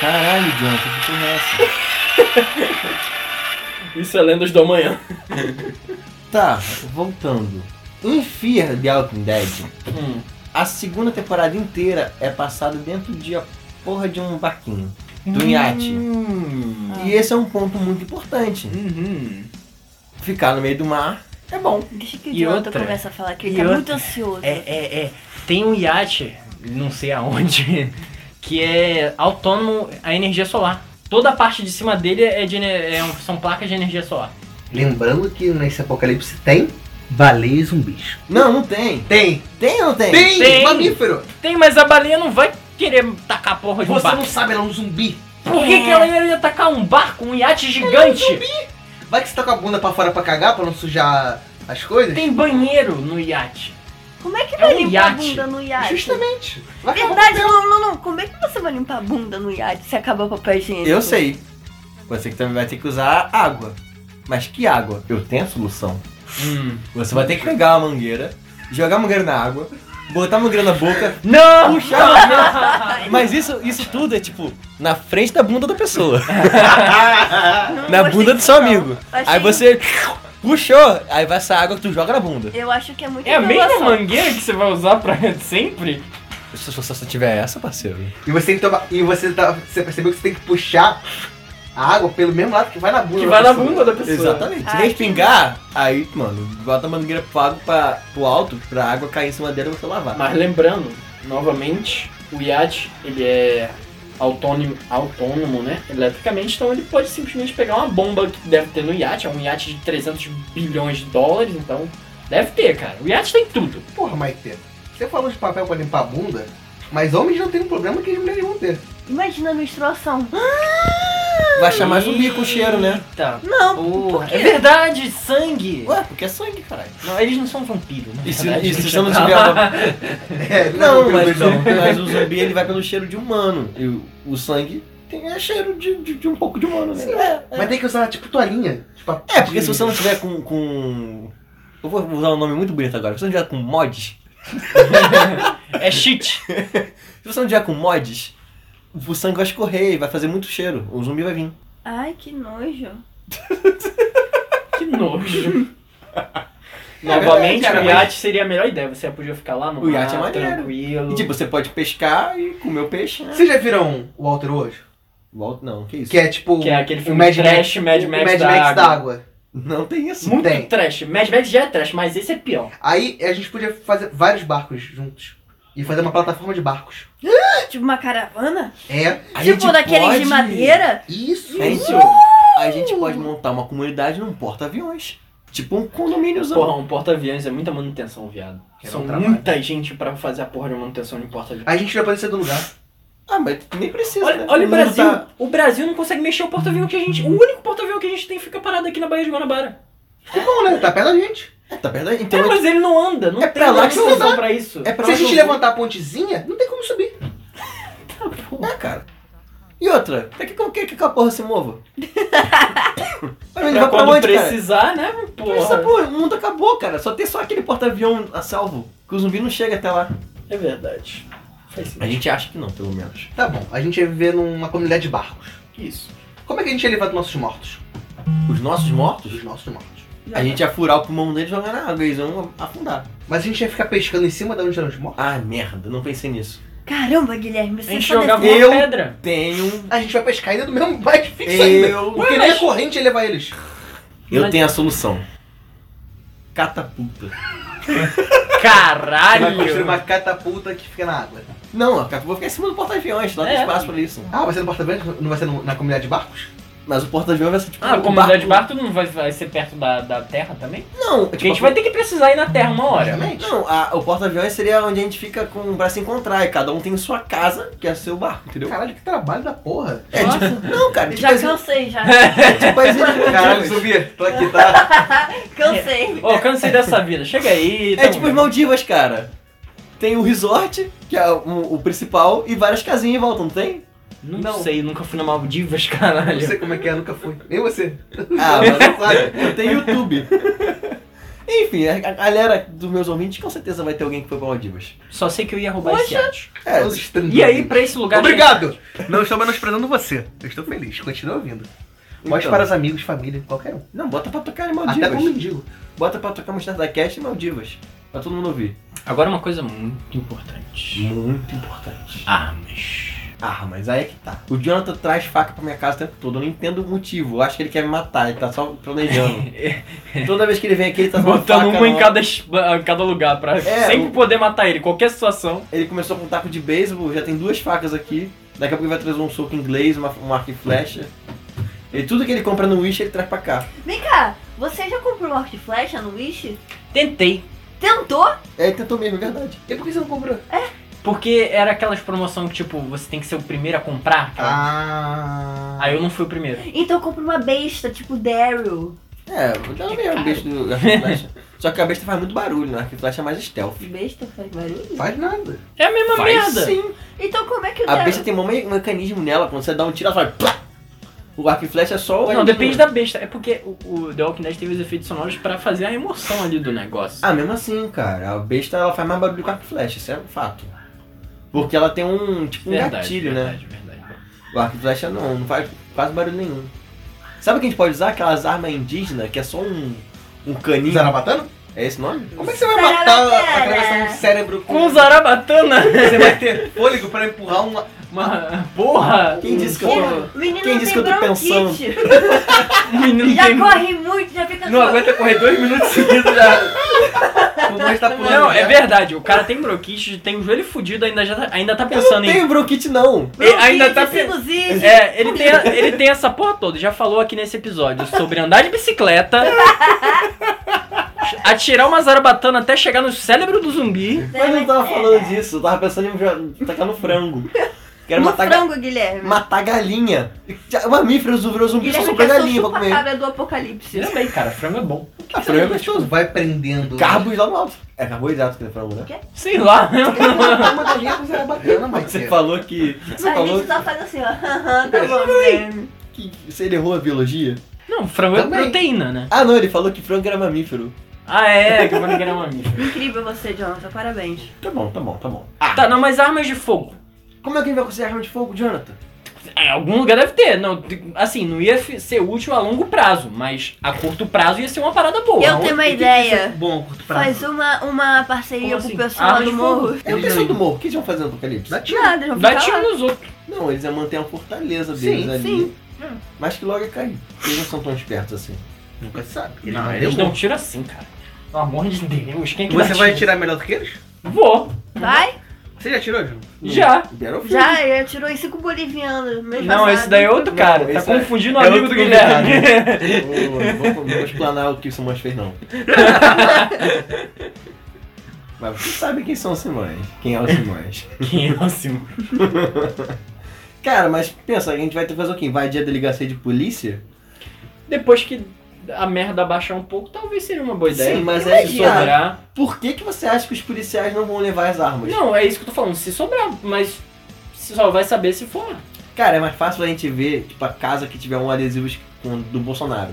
Caralho, Jonathan, que porra é essa?
Isso é Lendas do Amanhã.
Tá, voltando. Em Fear the Walking Dead,
Hum.
a segunda temporada inteira é passada dentro de a porra de um barquinho. do iate.
Hum.
E esse é um ponto muito importante.
Uhum.
Ficar no meio do mar é bom.
Tá Deixa que o
E
idiota
outra?
começa a falar que ele
E
tá
outra?
muito ansioso.
É, é, é. Tem um iate, não sei aonde, que é autônomo a energia solar. Toda a parte de cima dele é de, ener- é um- são placas de energia solar.
Lembrando que nesse apocalipse tem baleia e zumbis.
Não, não tem.
Tem!
Tem ou não tem?
Tem!
Tem.
Mamífero!
Tem, mas a baleia não vai querer tacar porra de um
Você
barco.
não sabe, ela é um zumbi.
Por que, que ela ia atacar um barco, um iate gigante?
Vai que você tá com a bunda pra fora pra cagar, pra não sujar as coisas?
Tem banheiro no iate.
Como é que
É
vai
um
limpar a
iate.
bunda no iate?
Justamente. Vai acabar
Verdade, não, não, não. Como é que você vai limpar a bunda no iate se acabar o papel higiênico?
Eu sei. Você que também vai ter que usar água. Mas que água? Eu tenho a solução. Você vai ter que pegar a mangueira, jogar a mangueira na água, botar a mangueira na boca,
Não!
puxar a mangueira. Mas isso, isso tudo é tipo na frente da bunda da pessoa.
Não
na
gostei
bunda do
disso,
seu
não.
amigo.
Achei-
Aí você puxou, aí vai essa água que tu joga na bunda.
Eu acho que é muito
É a mesma
enrolação.
mangueira que você vai usar pra sempre?
Se se- se você tiver essa, parceiro.
E você tem que tomar. E você, tá, você percebeu que você tem que puxar a água pelo mesmo lado que vai na bunda.
Que
da
vai na
pessoa.
bunda da pessoa.
Exatamente.
Ai,
Respingar, aí, mano, bota a mangueira pro, água, pra, pro alto, pra água cair em cima dela e você lavar.
Mas lembrando, novamente, o iate, ele é autônomo, autônomo, né? Eletricamente, então ele pode simplesmente pegar uma bomba que deve ter no iate. É um iate de 300 bilhões de dólares, então deve ter, cara. O iate tem tudo.
Porra, Maite. Você falou de papel pra limpar a bunda, mas homens não tem um problema que as mulheres vão ter.
Imagina a menstruação.
Vai chamar zumbi com cheiro, né?
Tá.
Não, por
É
quê?
verdade, sangue!
Ué, porque é sangue, caralho.
Não, eles não são vampiros, na
E se,
verdade.
e se você não tiver uma...
É,
Não, mas,
não.
mas o zumbi ele vai pelo cheiro de humano. E o, o sangue tem é cheiro de, de, de um pouco de humano, né? É,
Mas tem que usar tipo toalhinha. Tipo, a-
é, porque se você não tiver com. com... Eu vou usar um nome muito bonito agora. Se você não tiver com mods,
É cheat.
se você não tiver com mods, o sangue vai escorrer e vai fazer muito cheiro. O zumbi vai vir.
Ai, que nojo.
Que nojo.
É
Novamente, o iate seria a melhor ideia. Você podia ficar lá no
O iate é
mar,
maneiro.
tranquilo.
E tipo, você pode pescar e comer o peixe, né?
Vocês já viram o Walter hoje?
Volta, não, que isso?
Que é tipo.
Que é aquele
o
filme trash, Mad
o
Max
Mad
da
Max
água.
da água.
Não tem isso.
Muito
Tem.
trash. Mad Max já é trash, mas esse é pior.
Aí a gente podia fazer vários barcos juntos. E fazer uma plataforma de barcos.
Tipo uma caravana?
É.
A
tipo
gente
daqueles
pode-
de madeira?
Isso.
É
A gente, É a gente pode montar uma comunidade num porta-aviões. Tipo um condomíniozão.
Porra, um porta-aviões é muita manutenção, viado.
Que
São
não trabalha.
muita gente pra fazer a porra de manutenção de porta-aviões.
A gente vai poder sair do lugar.
Ah, mas nem precisa.
Olha,
né?
olha o
Não
Brasil.
tá-
O Brasil não consegue mexer o porta-avião que a gente. O único porta-avião que a gente tem fica parado aqui na Baía de Guanabara.
Que bom, né? Tá perto da gente.
É, tá perto da- Então,
É, mas ele não anda. Não
É
tem
pra lá que eu vou
manutenção pra isso.
é pra
Se a
lá que
gente
eu vou.
levantar a pontezinha, não tem como subir.
É, cara. E outra, pra que, que, que, que a porra se mova? Olha, ele
Pra
vai pra
quando
onde, cara?
precisar, né?
Essa
Porra.
porra, o mundo acabou, cara. Só tem só aquele porta-avião a salvo. Que o zumbi não chega até lá.
É verdade. Faz
A
sentido.
gente acha que não, pelo menos.
Tá bom, a gente ia viver numa comunidade de barcos.
Isso.
Como é que a gente ia levar dos nossos mortos?
Os nossos mortos,
Dos nossos mortos.
a gente ia furar o pulmão deles e jogar na água. Eles iam afundar.
Mas a gente ia ficar pescando em cima de onde eram os mortos?
Ah, merda, não pensei nisso.
Caramba, Guilherme,
A
você tá
gente
só
jogava
deve-
uma
Eu-
pedra.
Tenho.
A gente vai pescar ainda do mesmo mais fixo ainda.
Eu.
Porque nem a corrente ia levar eles.
Eu
Mas-
tenho a solução. Catapulta.
Você vai construir
Caralho.
uma catapulta que fica na água.
Não, a catapulta fica em cima do porta-aviões, lá tem
É.
espaço pra isso.
Ah, vai ser no porta-aviões? Não vai ser no- na comunidade de barcos?
Mas o porta-aviões vai ser tipo.
Ah, a
um
comunidade de
barco-
barco não vai, vai ser perto da, da terra também?
Não, tipo,
Porque a gente vai ter que precisar ir na terra uma hora.
Realmente.
Não, a- o porta-aviões seria onde a gente fica com, pra se encontrar e cada um tem sua casa, que é seu barco, entendeu?
Caralho, que trabalho da porra.
É,
Nossa.
tipo, não, cara, tipo,
Já
as,
cansei, já.
tipo as Ilhas
É. Caralho,
Maldivas.
zumbi, tô aqui, tá?
Cansei.
Ô, cansei dessa vida. Chega aí.
É tipo as Maldivas, cara. Tem o resort, que é o, o principal, e várias casinhas em volta, não tem?
Não,
Não.
sei, nunca fui na Maldivas,
Não
caralho.
sei como é que é, nunca fui. Nem você.
Ah, mas sabe, eu tenho YouTube. Enfim, a, a galera dos meus ouvintes com certeza vai ter alguém que foi pra Maldivas.
Só sei que eu ia roubar esse iate.
É,
Todos estrangeiros.
E aí, pra esse lugar...
Obrigado! Não estou menosprezando você. Eu estou feliz. Continua ouvindo. Mostre
Então.
para os amigos, família, qualquer um.
Não, bota pra tocar em
Até
Maldivas.
como mendigo.
Bota pra tocar Mostarda Cast e Maldivas. Pra todo mundo ouvir.
Agora uma coisa muito importante.
Muito importante.
Armas.
Ah, mas aí é que tá. O Jonathan traz faca pra minha casa o tempo todo. Eu não entendo o motivo. Eu acho que ele quer me matar. Ele tá só planejando. Toda vez que ele vem aqui, ele tá só
Botando
faca
uma em
na-
cada, es- em cada lugar pra
É,
sempre
o-
poder matar ele, qualquer situação.
Ele começou com um taco de beisebol. Já tem duas facas aqui. Daqui a pouco ele vai trazer um soco inglês, uma, um arco e flecha. E tudo que ele compra no Wish, ele traz pra cá.
Vem cá, você já comprou um arco e flecha no Wish?
Tentei,
Tentou?
É, ele tentou mesmo, é verdade. E por que você não comprou?
porque era aquelas promoções que, tipo, você tem que ser o primeiro a comprar. aquela-
Ah.
Aí eu não fui o primeiro.
Então compra uma besta, tipo Daryl.
É, eu já mesmo o besta do arco e flecha. Só que a besta faz muito barulho, né? O arco e flecha é mais stealth.
Besta faz barulho?
Faz nada.
É a mesma merda.
sim.
Então como é que o
A
Daryl...
besta tem um me- mecanismo nela. Quando você dá um tiro, ela faz... Plá! O arco e flecha é só... o
Não,
arco.
depende da besta. É porque o, o The Walking Dead teve os efeitos sonoros pra fazer a emoção ali do negócio.
Ah, mesmo assim, cara, a besta ela faz mais barulho que o arco e flecha, isso é um fato. Porque ela tem um tipo um gatilho, né?
verdade, verdade.
O arco e flecha não, não faz quase barulho nenhum. Sabe o que a gente pode usar? Aquelas armas indígenas que é só um, um caninho.
Zarabatana?
É esse nome?
Como é que você vai matar a atravessar um cérebro com...
Com zarabatana!
Você vai ter fôlego pra empurrar uma...
Uma, porra! um
Quem disse que eu
Porra,
tô.
o menino
Quem
não
disse
tem
que eu tô
bronquite.
O menino
Já
tem...
corre muito, já fica...
Não aguenta correr dois minutos seguidos já.
O mais tá pulando.
Não, é
né?
verdade. O cara tem bronquite, tem o joelho fudido, ainda, já tá- ainda tá
Eu não
pensando em...
tenho bronquite, não!
Ele ainda tá pe-
sinusite.
É, ele tem, a- ele tem essa porra toda. Já falou aqui nesse episódio sobre andar de bicicleta, atirar uma zarabatana até chegar no cérebro do zumbi.
Mas eu não
é.
tava falando disso, eu tava pensando em jo- tacar no frango. Quero
No
matar, ga-
frango, Guilherme.
matar galinha. Já- Mamífero virou zumbi, só
Guilherme tá
sobrou
quer ser o
galinha pra comer.
chupa-cabra do apocalipse.
Tira bem, cara. Frango é bom.
Ah, frango é gostoso.
Vai prendendo.
Carbos lá no alto. É carboidrato que é frango, né?
Sei lá, né?
Vai matar uma galinha com Zarabatana, mas...
Você falou que. Você
A
falou
gente só faz assim, ó. Aham, tá bom, Guilherme.
que você ele errou a biologia?
Não, frango é
Também.
proteína, né?
Ah não, ele falou que frango era mamífero.
Ah, é, que eu vou ligar uma mamífero.
Incrível você, Jonathan. Parabéns.
Tá bom, tá bom, tá bom.
Tá, não, mas armas de fogo.
Como é que ele vai conseguir arma de fogo, Jonathan?
Em É, algum lugar deve ter. Não, t- assim, não ia fi- ser útil a longo prazo, mas a curto prazo ia ser uma parada boa.
Eu tenho uma ideia.
Bom, a curto prazo.
Faz um uma, uma parceria
Como assim?
com o pessoal lá
Armas
do
de fogo.
morro.
É o
Eles
pessoal
não-
do morro, o que eles vão fazer no apocalipse?
Dá tiro.
Nada, eles vão
Dá
ficar
tiro
lá.
nos outros.
Não, eles iam manter a fortaleza deles
Sim,
ali.
sim.
Mas que logo ia cair. Eles não são tão espertos assim.
Nunca se sabe. Ele
Não,
deu
eles
bom.
dão tiro assim, cara. Pelo amor de Deus, quem é que dá
Ah, Você vai
tiro?
atirar melhor do que eles?
Vou,
Vai?
Você já atirou, João?
já.
Battlefield.
Já, ele atirou em cinco bolivianos. mês
Não,
passado.
esse daí é outro
Não,
cara. tá
esse é-
confundindo o
é
amigo do
outro tá
Guilherme.
Ô, não vou, não vou explanar o que o Simões fez não. Mas você sabe quem são os Simões. Quem é o Simões.
Quem é o Simão?
Cara, mas pensa, a gente vai ter que fazer o quê? Invadir a delegacia de polícia?
Depois que a merda abaixar um pouco, talvez seria uma boa ideia.
Sim, mas é
se
que, ah,
sobrar.
Por que, que você acha que os policiais não vão levar as armas?
Não, é isso que eu tô falando. Se sobrar, mas só vai saber se for.
Cara, é mais fácil a gente ver, tipo, a casa que tiver um adesivo com- do Bolsonaro.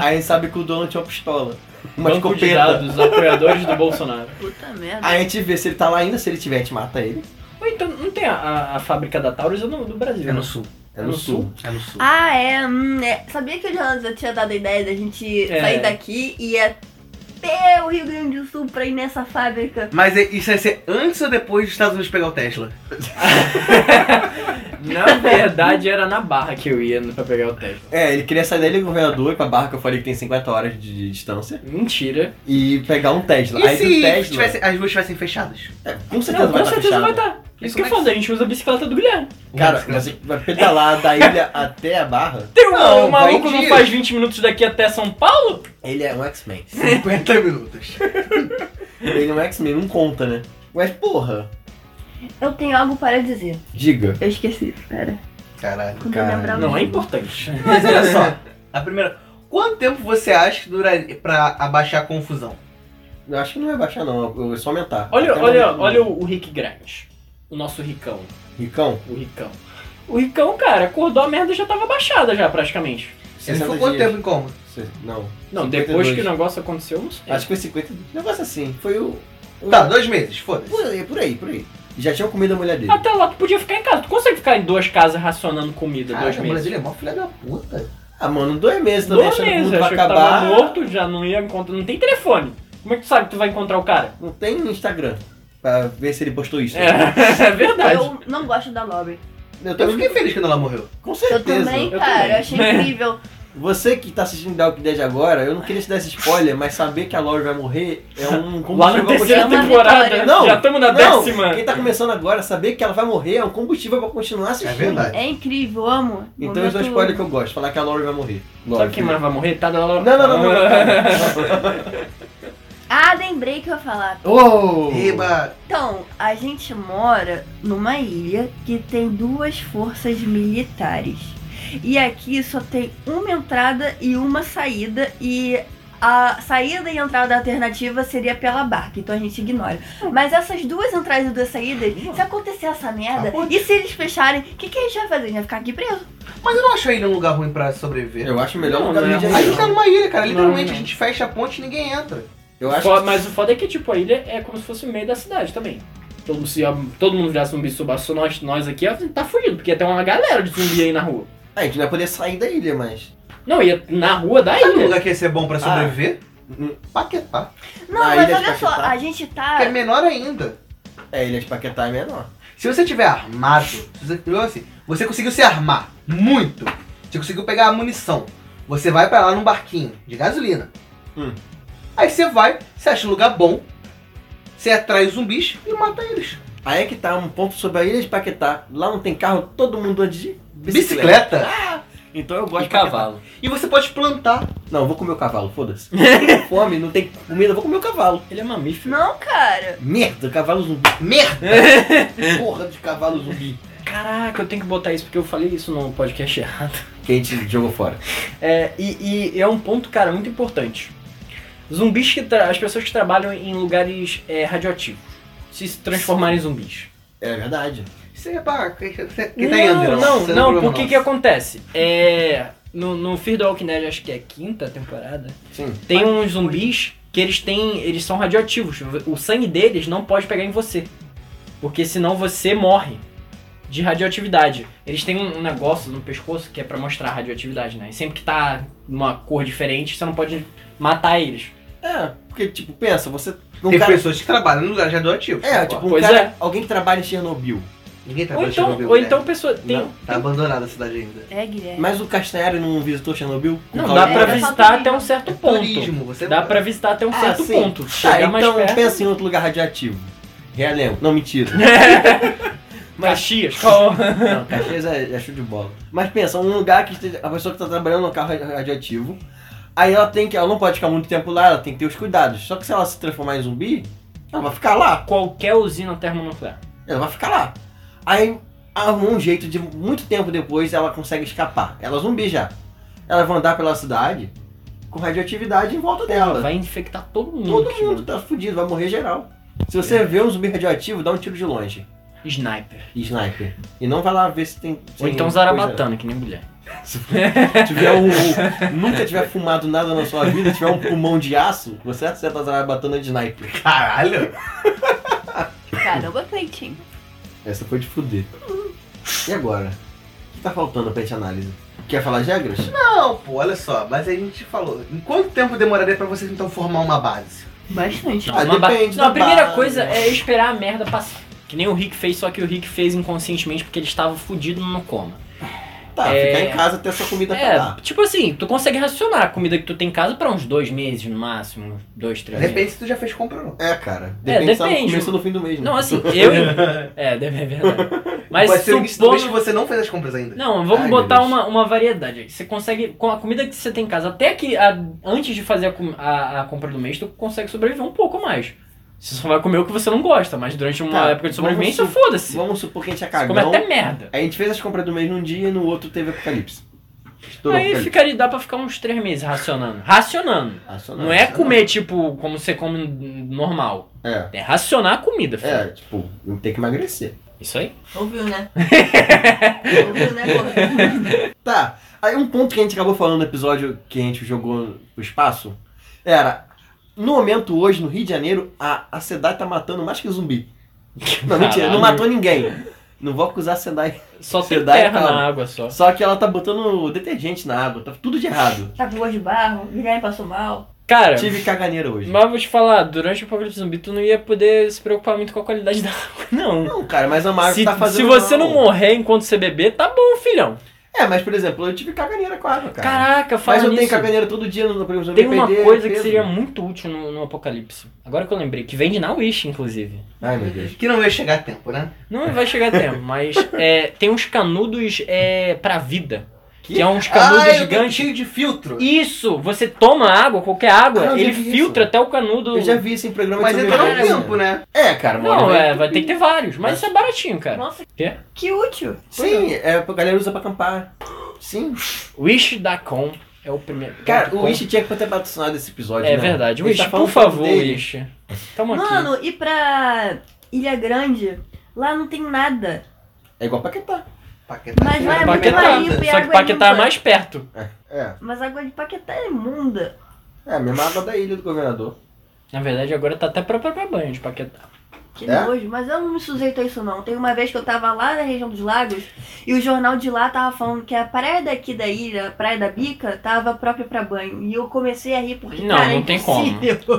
Aí a gente sabe que o dono tinha uma pistola. Uma
Ah. Banco de
escopeta.
dados, apoiadores do Bolsonaro.
Puta merda.
Aí a gente vê se ele tá lá ainda, se ele tiver, a gente mata ele.
Ou então, não tem a, a- a fábrica da Taurus é no- do Brasil.
É
né?
no sul.
É no,
No
sul.
É no sul.
Ah, é, hum, é. Sabia que o Jonathan tinha dado a ideia da gente
É.
sair daqui e ir até o Rio Grande do Sul pra ir nessa fábrica?
Mas é- isso vai ser antes ou depois dos Estados Unidos pegar o Tesla?
Na verdade, era na Barra que eu ia pra pegar o Tesla.
É, ele queria sair dele governador ir pra barra que eu falei que tem 50 horas de, de distância
Mentira.
e pegar um Tesla.
E
Aí do
se
Tesla.
tivesse- as ruas estivessem fechadas?
É, com certeza
Não,
vai
com
estar
certeza
fechado.
vai estar. Isso que eu
como é que-
falei, a gente usa a bicicleta do Guilherme.
Cara, mas ele vai pedalar da ilha até a barra.
Tem um
Não,
o maluco
vai
não
dias.
faz 20 minutos daqui até São Paulo?
Ele é um X-Men.
50 minutos.
Ele é um X-Men, não conta, né? Mas porra,
Eu tenho algo para dizer.
diga.
Eu esqueci, pera.
Caralho.
Quando
Cara,
eu lembrar, eu
Não, é
digo.
importante.
Mas olha só, a primeira. Quanto tempo você acha que duraria pra abaixar a confusão?
Eu acho que não vai baixar, não. Eu vou só aumentar.
Olha,
Até um.
olha,
mais-
olha o o Rick Grimes. O nosso ricão.
Ricão,
O ricão. O ricão, cara, acordou a merda já tava baixada já, praticamente.
Ele
60
ficou quanto
dias.
tempo em coma?
Se- Não.
Não, depois
52.
que o negócio aconteceu, não sei.
Acho que foi 50. Um negócio assim. Foi o. o-
Tá, dois meses, foda-se.
Por aí, por aí, por aí. Já tinham comido a mulher dele.
Até lá tu podia ficar em casa. Tu consegue ficar em duas casas racionando comida dois
Caralho, o
meses.
Brasil é mó filha da puta.
Ah, mano, dois meses também
Dois
achando que o
meses,
mundo
achou
vai
que tava
acabar.
morto, já não ia encontrar. Não tem telefone. Como é que tu sabe que tu vai encontrar o cara?
Não tem Instagram. Pra ver se ele postou isso.
É, é verdade.
Eu não gosto da Lauren.
Eu
Eu
também
fiquei feliz quando ela morreu.
Com
Eu
certeza.
também,
eu
cara,
também.
eu achei incrível.
Você que tá assistindo Dark Dead agora, eu não queria te dar esse spoiler, mas saber que a Lore vai morrer é um
Lá na
combustível pra
terceira
continuar.
uma
temporada,
vitória.
Não,
já estamos na
Não,
décima.
quem tá começando agora, saber que ela vai morrer é um combustível pra continuar assistindo.
É verdade.
É incrível, amo.
Então esse é um spoiler que eu gosto, falar que a Lore vai morrer.
Sabe quem mais vai morrer? Tá da
Não, não, não, não.
Ah, lembrei que eu ia falar.
Uou!
Eba!
Então, a gente mora numa ilha que tem duas forças militares. E aqui só tem uma entrada e uma saída e a saída e entrada alternativa seria pela barca, então a gente ignora. Mas essas duas entradas e duas saídas, se acontecer essa merda, e se eles fecharem, o que, que a gente vai fazer? A gente vai ficar aqui preso?
Mas eu não acho a ilha um lugar ruim pra sobreviver.
Eu acho melhor
Não, né?
não, lugar do Rio
não.
de
A gente tá
Janeiro.
numa ilha, cara.
Não,
Literalmente
não.
a gente fecha a ponte e ninguém entra.
Eu acho
Foda- Mas o foda é que, tipo, a ilha é como se fosse o meio da cidade também. Todo, se a- todo mundo virasse zumbi subaço, nós, nós aqui, ia- tá fudido, porque ia ter uma galera de zumbi aí na rua.
Ah, a gente não vai poder sair da ilha, mas.
Não, ia na rua da
Sabe um
ilha.
lugar que ia ser
Ah.
bom pra sobreviver?
Hum.
Paquetá.
Não,
Na
mas
ilha de
olha só,
Paquetá?
a gente tá.
Que é menor ainda.
É, a ilha de Paquetá é menor.
Se você tiver armado, se você, eu, assim, você conseguiu se armar muito, você conseguiu pegar a munição, você vai pra lá num barquinho de gasolina.
Hum.
Aí você vai, você acha um lugar bom, você atrai os zumbis e mata eles.
Aí é que tá um ponto sobre a ilha de Paquetá. Lá não tem carro, todo mundo anda de bicicleta.
Bicicleta.
Então eu gosto
E
de Paquetá.
cavalo.
E você pode plantar.
Não, eu vou comer o cavalo, foda-se. Não tem fome, não tem comida, eu vou comer o cavalo.
Ele é mamífero.
Não, cara.
Merda, cavalo zumbi.
Merda!
Porra de cavalo zumbi.
Caraca, eu tenho que botar isso porque eu falei isso no podcast errado.
Que a gente jogou fora.
É, e, e é um ponto, cara, muito importante. Zumbis que. tra- As pessoas que trabalham em lugares é, radioativos se transformarem em zumbis.
É verdade.
Isso aí é pra quem quem tá
Não,
indo,
não,
né?
não,
Isso é problema
porque
nosso.
que acontece? É. No, no Fear the Walking Dead, acho que é a quinta temporada,
Sim.
tem uns zumbis que eles têm. Eles são radioativos. O sangue deles não pode pegar em você. Porque senão você morre de radioatividade. Eles têm um um negócio no pescoço que é pra mostrar a radioatividade, né? E sempre que tá numa cor diferente, você não pode matar eles.
É, porque, tipo, pensa, você. Um
Tem
cara.
pessoas que trabalham no lugar radioativo.
É, tipo, um
Pois
cara,
é.
alguém que trabalha em Chernobyl.
Ninguém tá
ou
gostando
então,
de ver o
ou
Guilherme.
então pessoa. Tem,
Não.
Tá abandonada a cidade ainda.
É, Guilherme.
Mas o Castanhari não visitou Chernobyl?
não,
Por
dá
causa
pra
de-
ver-
visitar até um certo ponto.
Turismo, você
Dá pra visitar até um
Ah,
certo
sim.
ponto.
Tá,
Chegar mais
então
perto.
pensa em outro lugar radioativo. Realengo. Não, mentira. Mas,
Caxias.
não, Caxias é, é show de bola. Mas pensa, um lugar que esteja- a pessoa que tá trabalhando no carro ra- radioativo, aí ela tem que. Ela não pode ficar muito tempo lá, ela tem que ter os cuidados. Só que se ela se transformar em zumbi, ela vai ficar lá.
Qualquer usina termonuclear.
Ela vai ficar lá. Aí arruma um jeito de muito tempo depois ela consegue escapar. Ela é zumbi já. Ela vai andar pela cidade com radioatividade em volta dela.
Vai infectar todo mundo.
Todo
aqui,
mundo tá fudido, vai morrer geral. Se você
É.
vê um zumbi radioativo, dá um tiro de longe.
né? Sniper.
E sniper. E não vai lá ver se tem. se
Ou
tem
então
é.
Zarabatana, que nem mulher.
coisa. Tiver um, um- nunca tiver fumado nada na sua vida, tiver um pulmão de aço, você acerta a zarabatana de sniper.
Caralho!
Caramba, Cleitinho.
Essa foi de fuder. E agora? O que tá faltando pra gente análise? Quer falar de regras?
Não, pô, olha só, mas a gente falou. Em quanto tempo demoraria pra vocês então formar uma base?
Bastante.
Ah,
uma
depende
Não, a
da
primeira
base. né?
coisa é esperar a merda passar. Que nem o Rick fez, só que o Rick fez inconscientemente porque ele estava fudido no coma.
Tá,
É.
ficar em casa até sua comida
É,
acabar.
tipo assim, tu consegue racionar a comida que tu tem em casa pra uns dois meses no máximo, dois,
De
três meses.
repente se tu já fez compra ou não.
É, cara. Depende, se ela
depende.
começou no fim do mês, né?
Não, assim, eu. é, deve- é verdade. Mas
Pode
um
ser o início do mês que
supondo.
você não fez as compras ainda.
Não, vamos
Ai, meu
botar
Deus.
uma, uma variedade. aí. Você consegue, com a comida que você tem em casa, até que a- antes de fazer a, com- a- a compra do mês, tu consegue sobreviver um pouco mais. Você só vai comer o que você não gosta, mas durante uma
Tá,
época de
vamos
sobrevivência,
su-
foda-se.
Vamos supor que a gente é
Você come
cagão.
até merda.
A gente fez as compras do mês num dia e no outro teve apocalipse. Estourou
Aí
apocalipse.
ficaria, dá pra ficar uns três meses racionando. Racionando.
Ah, só
Não é comer, tipo, como você come normal.
É.
É racionar a comida, filho.
É, tipo, não tem que emagrecer.
Isso aí.
Ouviu, né? Ouviu, né, gordo?
Tá, aí um ponto que a gente acabou falando no episódio que a gente jogou o espaço era. No momento hoje, no Rio de Janeiro, a, a Sedai tá matando mais que zumbi. Não, mentira, não
Caralho.
matou ninguém. Não vou acusar a Sedai.
Só
Você
tem
dá
terra
aquela-
na água só.
Só que ela tá botando detergente na água, tá tudo de errado.
Tá com gosto de barro, Guilherme passou mal.
Cara,
Tive caganeira hoje.
É. mas vou te falar, durante o apocalipse zumbi tu não ia poder se preocupar muito com a qualidade da água, não.
Não, cara, mas a Marvel
se,
tá fazendo.
se você não morrer enquanto você beber, tá bom, filhão.
É, mas por exemplo, eu tive caganeira com água, cara.
Caraca, fala
mas eu
nisso.
tenho caganeira todo dia no programa
Tem uma coisa que seria muito útil no, no apocalipse. Agora que eu lembrei, que vende na Wish, inclusive.
Ai, meu Deus.
Que não ia chegar a tempo, né?
Não vai chegar tempo, mas é, tem uns canudos é, pra vida. Que é uns canudos
ah, eu tenho
gigantes.
cheio de filtro.
Isso! Você toma água, qualquer água,
Ah, eu já
ele
vi
filtra
isso.
até o canudo.
Eu já vi isso em programa
Mas é
de
entra no
sobrevivência.
tempo, né?
É, cara, uma
Não,
hora vai-
é, vai ter que ter vários, mas isso é baratinho, cara.
Nossa,
Quê?
que útil.
Sim, é, a galera usa pra acampar. Sim.
Wish.com é o primeiro.
Cara, o
.com.
Wish tinha que ter patrocinado esse episódio,
É
né?
verdade.
Ele
Wish,
tá falando
por favor,
dele.
Wish. Tamo aqui.
Mano, e pra Ilha Grande? Lá não tem nada.
É igual Paquetá.
Paquetá.
Mas vai
Era
muito
Paquetá.
limpo e
Só que
água
Paquetá é
limpa.
mais perto.
É.
Mas a água de Paquetá é imunda.
É a mesma água da ilha do governador.
Na verdade, agora tá até própria pra banho de Paquetá.
Que
É?
nojo. Mas eu não me sujeito a isso, não. Tem uma vez que eu tava lá na região dos lagos e o jornal de lá tava falando que a praia daqui da ilha, a praia da Bica, tava própria pra banho. E eu comecei a rir porque,
Não,
cara, é
não tem como.
impossível.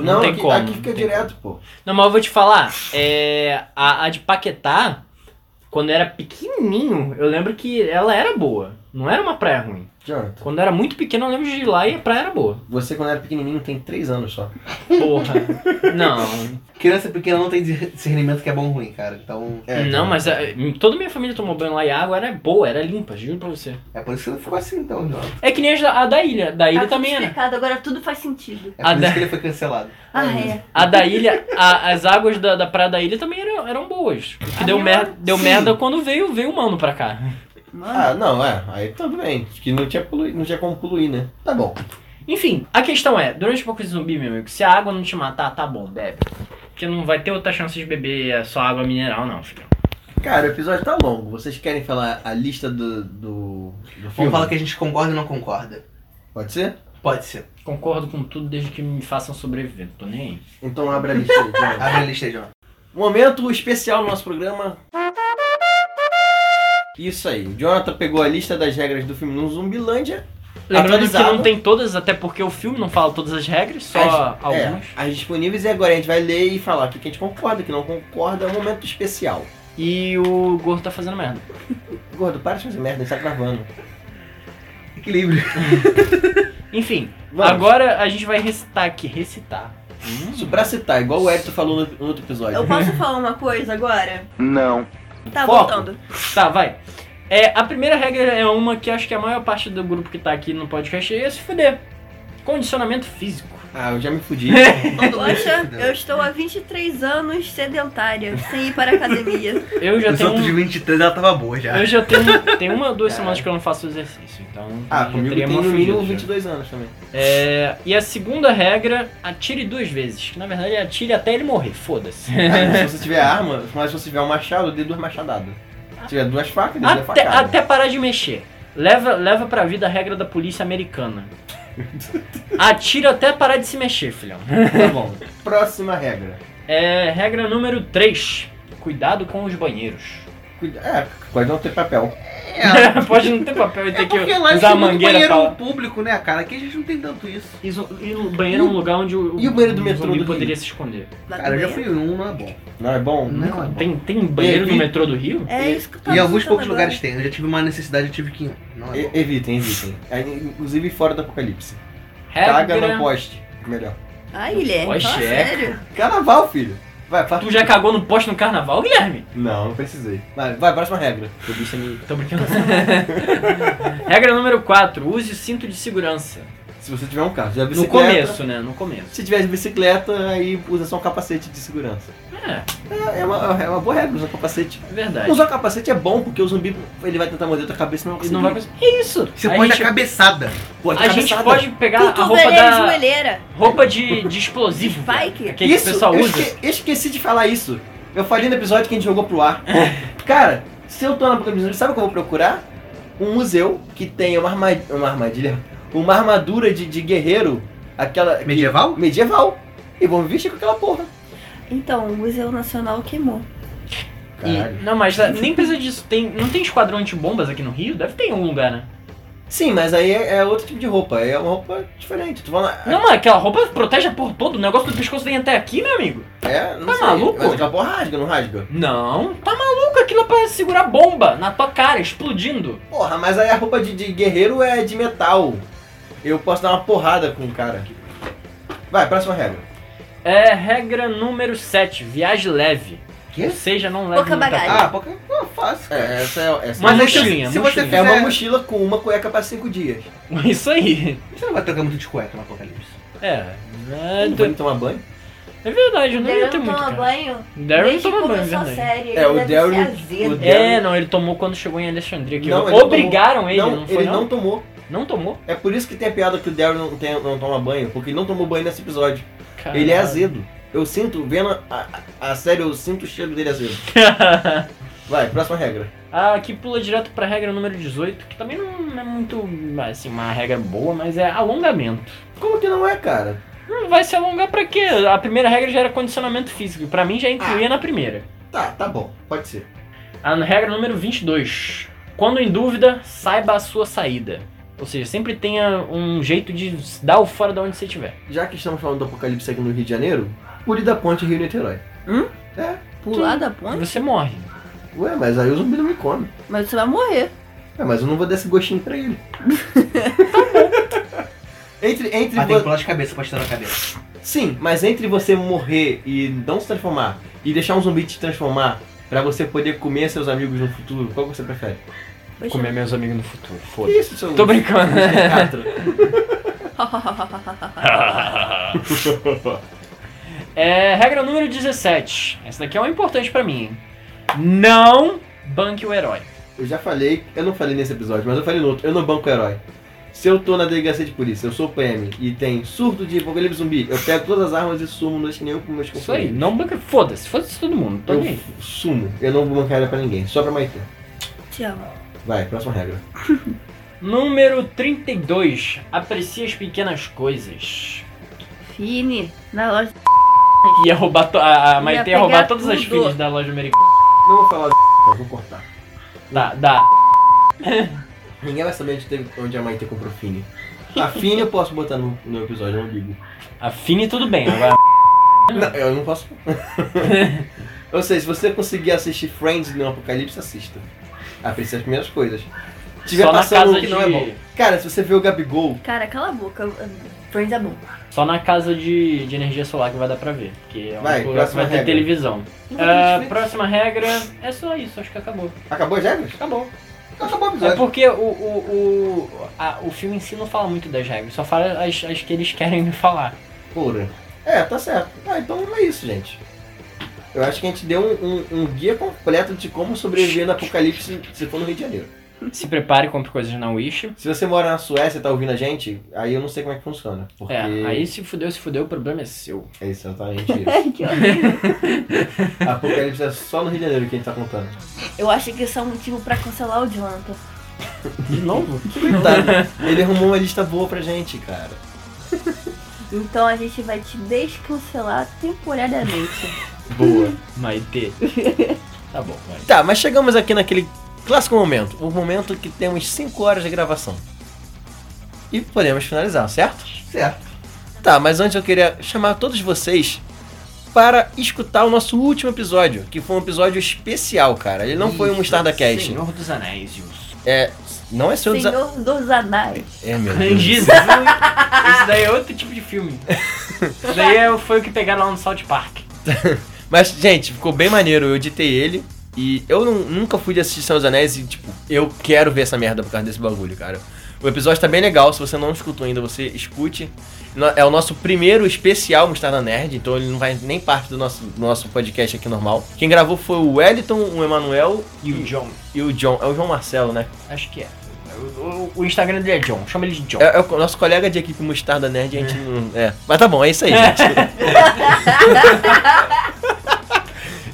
Não,
tem
aqui,
como,
aqui
não
fica
tem
direto, pô.
Não, mas eu vou te falar, é, a, a de Paquetá, quando era pequenininho, eu lembro que ela era boa. Não era uma praia ruim.
Jonathan,
Quando era muito pequeno, eu lembro de ir lá e a praia era boa.
você quando era pequenininho tem 3 anos só.
Porra. Não.
Criança pequena não tem discernimento que é bom ou ruim, cara. Então,
É,
não, mas é, toda minha família tomou banho lá e a água era boa, era limpa, juro pra você.
é por isso que ele ficou assim, então, João.
É que nem as da- a da ilha. Da
Tá
ilha
tudo
também é, né? era.
explicado, agora tudo faz sentido.
É
Ah,
por
né?
isso que ele foi cancelado.
Ah, é.
A da ilha, a- as águas da, da praia da ilha também eram, eram boas. Que deu,
minha-
mer deu
Sim.
merda quando veio, veio o mano pra cá.
Mano.
Ah, não, é. Aí tudo bem. Acho que não tinha, polui, não tinha como poluir, né? Tá bom.
Enfim, a questão é, durante o apocalipse zumbi, meu amigo, se a água não te matar, tá bom, bebe. Porque não vai ter outra chance de beber é só água mineral, não, filho.
Cara, o episódio tá longo. Vocês querem falar a lista do, do, do filme?
Vamos falar que a gente concorda ou não concorda.
Pode ser?
Pode ser.
Concordo com tudo desde que me façam sobreviver, tô nem aí.
Então abre a lista aí, Jonathan.
Abre a lista, João.
Momento especial no nosso programa. Isso aí. O Jonathan pegou a lista das regras do filme no Zumbilândia.
Lembrando que
Atualizado.
não tem todas, até porque o filme não fala todas as regras, só
As-
algumas.
É, as disponíveis e agora a gente vai ler e falar o que que a gente concorda, o que não concorda. É um momento especial.
E o gordo tá fazendo merda.
Gordo, para de fazer merda, a gente tá gravando.
Equilíbrio.
Enfim,
Vamos. Hum.
agora a gente vai recitar aqui, recitar.
Isso pra citar, igual o Edson falou no, no outro episódio.
Eu posso falar uma coisa agora?
Não.
Tá
Foco.
voltando.
Tá, vai. É, a primeira regra é uma que acho que a maior parte do grupo que tá aqui no podcast é se fuder. Condicionamento físico.
Ah, eu já me fudi.
Poxa, eu estou há 23 anos sedentária, sem ir para a academia.
Eu já
Os
tenho
outros de
um,
23 ela tava boa já.
Eu já tenho, tem uma, duas semanas que eu não faço exercício, então
Ah,
eu já
comigo
teria
tem no
morrido
mínimo
já.
22 anos também.
É, e a segunda regra, atire duas vezes. Que, Na verdade, é atire até ele morrer, foda-se.
Ah, se você tiver arma, mas se você tiver um machado, dê duas machadadas. Se tiver duas facas, dê duas
até,
facadas.
até parar de mexer. Leva, leva pra vida a regra da polícia americana. Atira até parar de se mexer, filhão.
Tá bom. Próxima regra.
É, regra número 3. Cuidado com os banheiros.
Cuida... É, pode não ter papel. É.
Pode não ter papel e ter que
É, Porque lá
usar a
tem muito
mangueira
banheiro
pra...
público, né, cara? Aqui a gente não tem tanto isso.
Isso- E o banheiro é um lugar onde o,
E o banheiro do
o
metrô
zumbi
do Rio?
poderia se esconder.
Lá
Cara, eu já
também.
fui em um, não é bom.
Não é bom?
Não é bom.
Tem, tem banheiro no
Evi-
metrô do Rio?
É isso que eu tava
Em alguns
pensando
poucos
agora.
lugares tem. Eu já tive uma necessidade, eu tive que ir. em um. Não é bom.
E- evitem, evitem. Aí, inclusive fora do apocalipse.
É
Caga
Regra...
no poste. Melhor.
Ai, Guilherme,
Poxa,
Ah, fala
é.
sério.
Carnaval, filho. Vai, faz...
Tu já cagou no poste no carnaval, Guilherme?
Não, não precisei. Vai, vai, próxima regra.
Tô brincando. Regra número 4. Use o cinto de segurança.
Se você tiver um carro, já
No
bicicleta.
começo, né? No começo.
Se tiver de bicicleta, aí usa só um capacete de segurança.
É,
É, é uma, é uma boa regra usar capacete.
é verdade.
Usar capacete é bom porque o zumbi ele vai tentar morder tua cabeça e não assim, vai
E
conseguir.
não vai conseguir. É isso.
Você
a
pode
gente,
dar cabeçada.
Pô,
a gente
cabeçada.
pode pegar Ah, a roupa
Cotoveleira e
da...
joelheira.
Roupa de, de explosivo.
Spike?
Que, que o
Isso,
pessoal
eu
usa.
esque- eu esqueci de falar isso. Eu falei no episódio que a gente jogou pro ar. Cara, se eu tô na Apocalipse, sabe o que eu vou procurar? Um museu que tenha uma armadilha. Uma armadilha. Uma armadura de, de guerreiro. Aquela. que-
Medieval?
medieval. E vou me vestir com aquela porra.
Então, o Museu Nacional queimou.
E- não, mas ah, nem precisa disso. Tem, não tem esquadrão de bombas aqui no Rio? Deve ter em algum lugar, né?
Sim, mas aí é, é outro tipo de roupa. É uma roupa diferente. Tu fala,
Não, mas aquela roupa protege a porra toda. O negócio do pescoço vem até aqui, meu amigo.
é, não
tá
sei,
maluco?
Mas aquela porra rasga, não rasga?
Não, tá maluco? Aquilo é pra segurar bomba na tua cara, explodindo.
Porra, mas aí a roupa de, de guerreiro é de metal. Eu posso dar uma porrada com o cara. Vai, próxima regra.
É regra número 7, viagem leve.
Quê?
Ou seja, não leve
Pouca
muita
bagagem.
coisa.
Ah, porque não fácil. cara.
É, essa é. Essa
Uma
é,
Mas aí se-
mochilinha,
se você
mochilinha.
é uma
fizer-
mochila com uma cueca pra cinco dias.
Isso aí.
Você não vai trocar muito de cueca no apocalipse.
É. É,
Não vai tomar banho?
é verdade, eu não ia ter
Darren
muito,
toma
cara.
banho
Darren
desde que
toma banho, é
começou a
verdade.
série.
É, o
ele deve
Darren-
ser azedo.
o Darren-
É, não, ele tomou quando chegou em Alexandria. Que
Não, ele
obrigaram ele,
não,
não, foi
ele não
não?
tomou.
Não tomou?
É por isso que tem a piada que o Daryl não, tem- não toma banho, porque ele não tomou banho nesse episódio.
Caralho.
Ele é azedo. Eu sinto, vendo a, a- a série, eu sinto o cheiro dele azedo. Vai, próxima regra.
Ah, aqui pula direto pra regra número 18, que também não é muito, assim, uma regra boa, mas é alongamento.
Como que não é, cara?
Não vai se alongar pra quê? A primeira regra já era condicionamento físico, pra mim já
Ah.
incluía na primeira.
Tá, tá bom, pode ser.
A regra número 22. Quando em dúvida, saiba a sua saída. Ou seja, sempre tenha um jeito de dar o fora de onde você estiver.
Já que estamos falando do apocalipse aqui no Rio de Janeiro, pule da ponte Rio-Niterói.
Hum?
É.
Pular da ponte?
Você morre.
Ué, mas aí o zumbi não me come.
Mas você vai morrer.
É, mas eu não vou dar esse gostinho pra ele. entre,
Mas
entre vo-
Ah, tem que pular de cabeça pra estourar a cabeça.
Sim, mas entre você morrer e não se transformar e deixar um zumbi te transformar pra você poder comer seus amigos no futuro, qual você prefere?
Poxa.
Comer meus amigos no futuro, foda-se.
Isso, seu
Tô brincando. É, regra número 17. Essa daqui é uma importante pra mim. hein? Não banque o herói.
Eu já falei, eu não falei nesse episódio, mas eu falei no outro. Eu não banco herói. Se eu tô na delegacia de polícia, eu sou PM e tem surto de apocalipse zumbi, eu pego todas as armas e sumo, não deixo nenhum com meus
Isso aí,
companheiros.
não banque. Foda-se, foda-se todo mundo. Tô
Eu
nem aí.
f- sumo, eu não vou bancar ela pra ninguém, só pra Maite.
Te amo.
Vai, próxima regra.
Número 32. Aprecie as pequenas coisas.
Fini, na loja.
Ia roubar to- a, a Maite ia
pegar
roubar todas as
tudo.
filhas da loja americana. Tá,
Não vou falar d, vou cortar.
Da, da.
Ninguém vai saber onde, teve, onde a Maite comprou Fini. A Fini eu posso botar no, no episódio, eu não ligo.
A Fini tudo bem, agora.
Não, eu não posso. Ou seja, se você conseguir assistir Friends no Apocalipse, assista. Aprecie as primeiras coisas. Tiver
Só na
passando
casa
o que
de-
não é bom. Cara, se você vê o Gabigol,
Cara, cala a boca. Friends é bom.
Só na casa de, de energia solar que vai dar pra ver. Porque é uma
Vai,
coisa que
próxima
vai ter
regra.
televisão.
Não vai ter
Ah,
Netflix.
próxima regra é só isso, acho que acabou.
acabou as regras?
Acabou.
Acabou o
É
episódio.
porque o, o, o, a- o filme em si não fala muito das regras, só fala as, as que eles querem me falar.
Porra. É, tá certo. Ah, então é isso, gente. Eu acho que a gente deu um, um- um guia completo de como sobreviver no Apocalipse se for no Rio de Janeiro.
Se prepare, compre coisas na Wish.
Se você mora na Suécia e tá ouvindo a gente, aí eu não sei como é que funciona. Porque
É, aí se fudeu, se fudeu, o problema é seu.
é exatamente isso.
Que horrível.
Apocalipse é só no Rio de Janeiro que a gente tá contando.
Eu acho que isso é um motivo pra cancelar o Jonathan.
De novo?
Coitado, ele arrumou uma lista boa pra gente, cara.
Então a gente vai te descancelar temporariamente.
Boa.
Maite. Tá bom, vai.
Tá, mas chegamos aqui naquele clássico momento. O momento que temos 5 horas de gravação. E podemos finalizar, certo?
Certo.
Tá, mas antes eu queria chamar todos vocês para escutar o nosso último episódio, que foi um episódio especial, cara. Ele não foi um StardaCast.
Senhor dos Anéis.
É, não é seu desa...
Senhor dos Anais.
É, meu Deus.
Jesus! Isso daí é outro tipo de filme. Isso daí é- foi o que pegaram lá no South Park.
Mas, gente, ficou bem maneiro. Eu editei ele. E eu não- nunca fui de assistir Senhor dos Anéis e, tipo, eu quero ver essa merda por causa desse bagulho, cara. O episódio tá bem legal. Se você não escutou ainda, você escute. No- É o nosso primeiro especial Mostarda Nerd, então ele não vai nem parte do nosso, do nosso podcast aqui normal. Quem gravou foi o Wellington, o Emanuel
E o John,
e o John. É o João Marcelo, né?
acho que é. O, o- o Instagram dele é John, chama ele de John.
É, é o nosso colega de equipe Mostarda Nerd, a gente não. É. Mas tá bom, é isso aí, gente.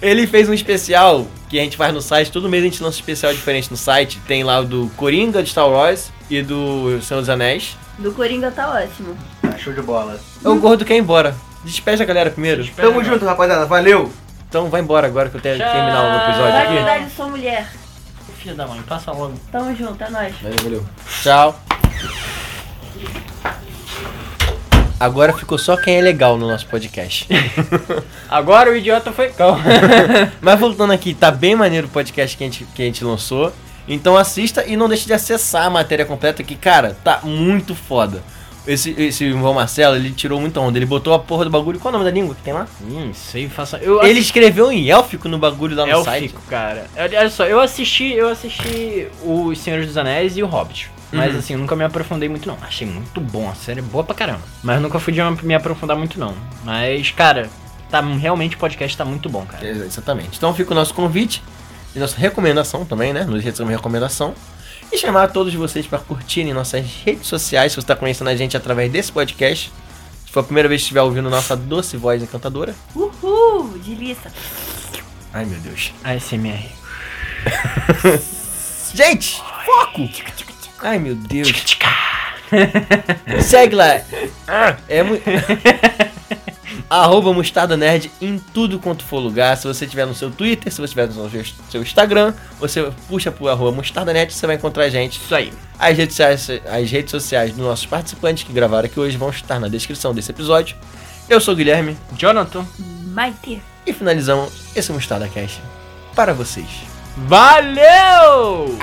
Ele fez um especial que a gente faz no site, todo mês a gente lança um especial diferente no site. Tem lá o do Coringa de Star Wars e do Senhor dos Anéis.
Do Coringa tá ótimo.
Tá, show de bola.
O gordo quer ir embora. Despeja a galera primeiro.
Tamo junto, rapaziada. Valeu.
Então vai embora agora que eu tenho que terminar o episódio
Vai
aqui.
cuidar de sua mulher.
Filha da mãe, passa logo.
Tamo junto, é nóis.
Valeu, valeu.
Tchau. Agora ficou só quem é legal no nosso podcast.
Agora o idiota foi cão.
Mas voltando aqui, tá bem maneiro o podcast que a gente, que a gente lançou. Então assista e não deixe de acessar a matéria completa que, cara, tá muito foda. Esse, esse João Marcelo, ele tirou muita onda. Ele botou a porra do bagulho. Qual é o nome da língua que tem lá?
Hum, sei, faça. Eu
Ele escreveu em élfico no bagulho lá no
é o
site.
Fico, cara. Olha olha só, eu assisti, eu assisti os Senhores dos Anéis e o Hobbit. Mas assim, nunca me aprofundei muito não. Achei muito bom, a série é boa pra caramba. Mas nunca fui de me aprofundar muito não. Mas, cara, tá realmente o podcast tá muito bom, cara.
Ex- Exatamente. Então fica o nosso convite e nossa recomendação também, né? Nos redes de recomendação. E chamar todos vocês para curtirem nossas redes sociais, se você está conhecendo a gente através desse podcast. Se for a primeira vez que estiver ouvindo nossa doce voz encantadora.
Uhul, delícia.
Ai meu Deus.
ASMR.
Gente, foco! Ai meu Deus. Segue lá. Ah, É muito. Arroba Mostarda Nerd em tudo quanto for lugar. Se você tiver no seu Twitter, se você tiver no seu, seu Instagram, você puxa pro arroba Mostarda Nerd, você vai encontrar a gente.
Isso aí.
As redes, sociais, as redes sociais dos nossos participantes que gravaram aqui hoje vão estar na descrição desse episódio. Eu sou o Guilherme
Jonathan.
Maite.
e finalizamos esse Mostarda Cast para vocês.
Valeu!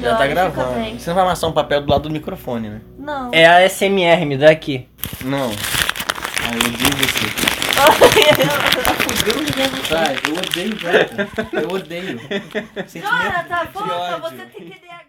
Já tá
Olha,
gravando.
fica bem.
Você não vai amassar um papel do lado do microfone, né?
Não.
É a ASMR, me dá aqui.
Não. Ai, eu odeio você. Sai, eu odeio, velho. Eu odeio. Sentimento
Jonathan,
de
volta,
ódio.
tá você tem que ideia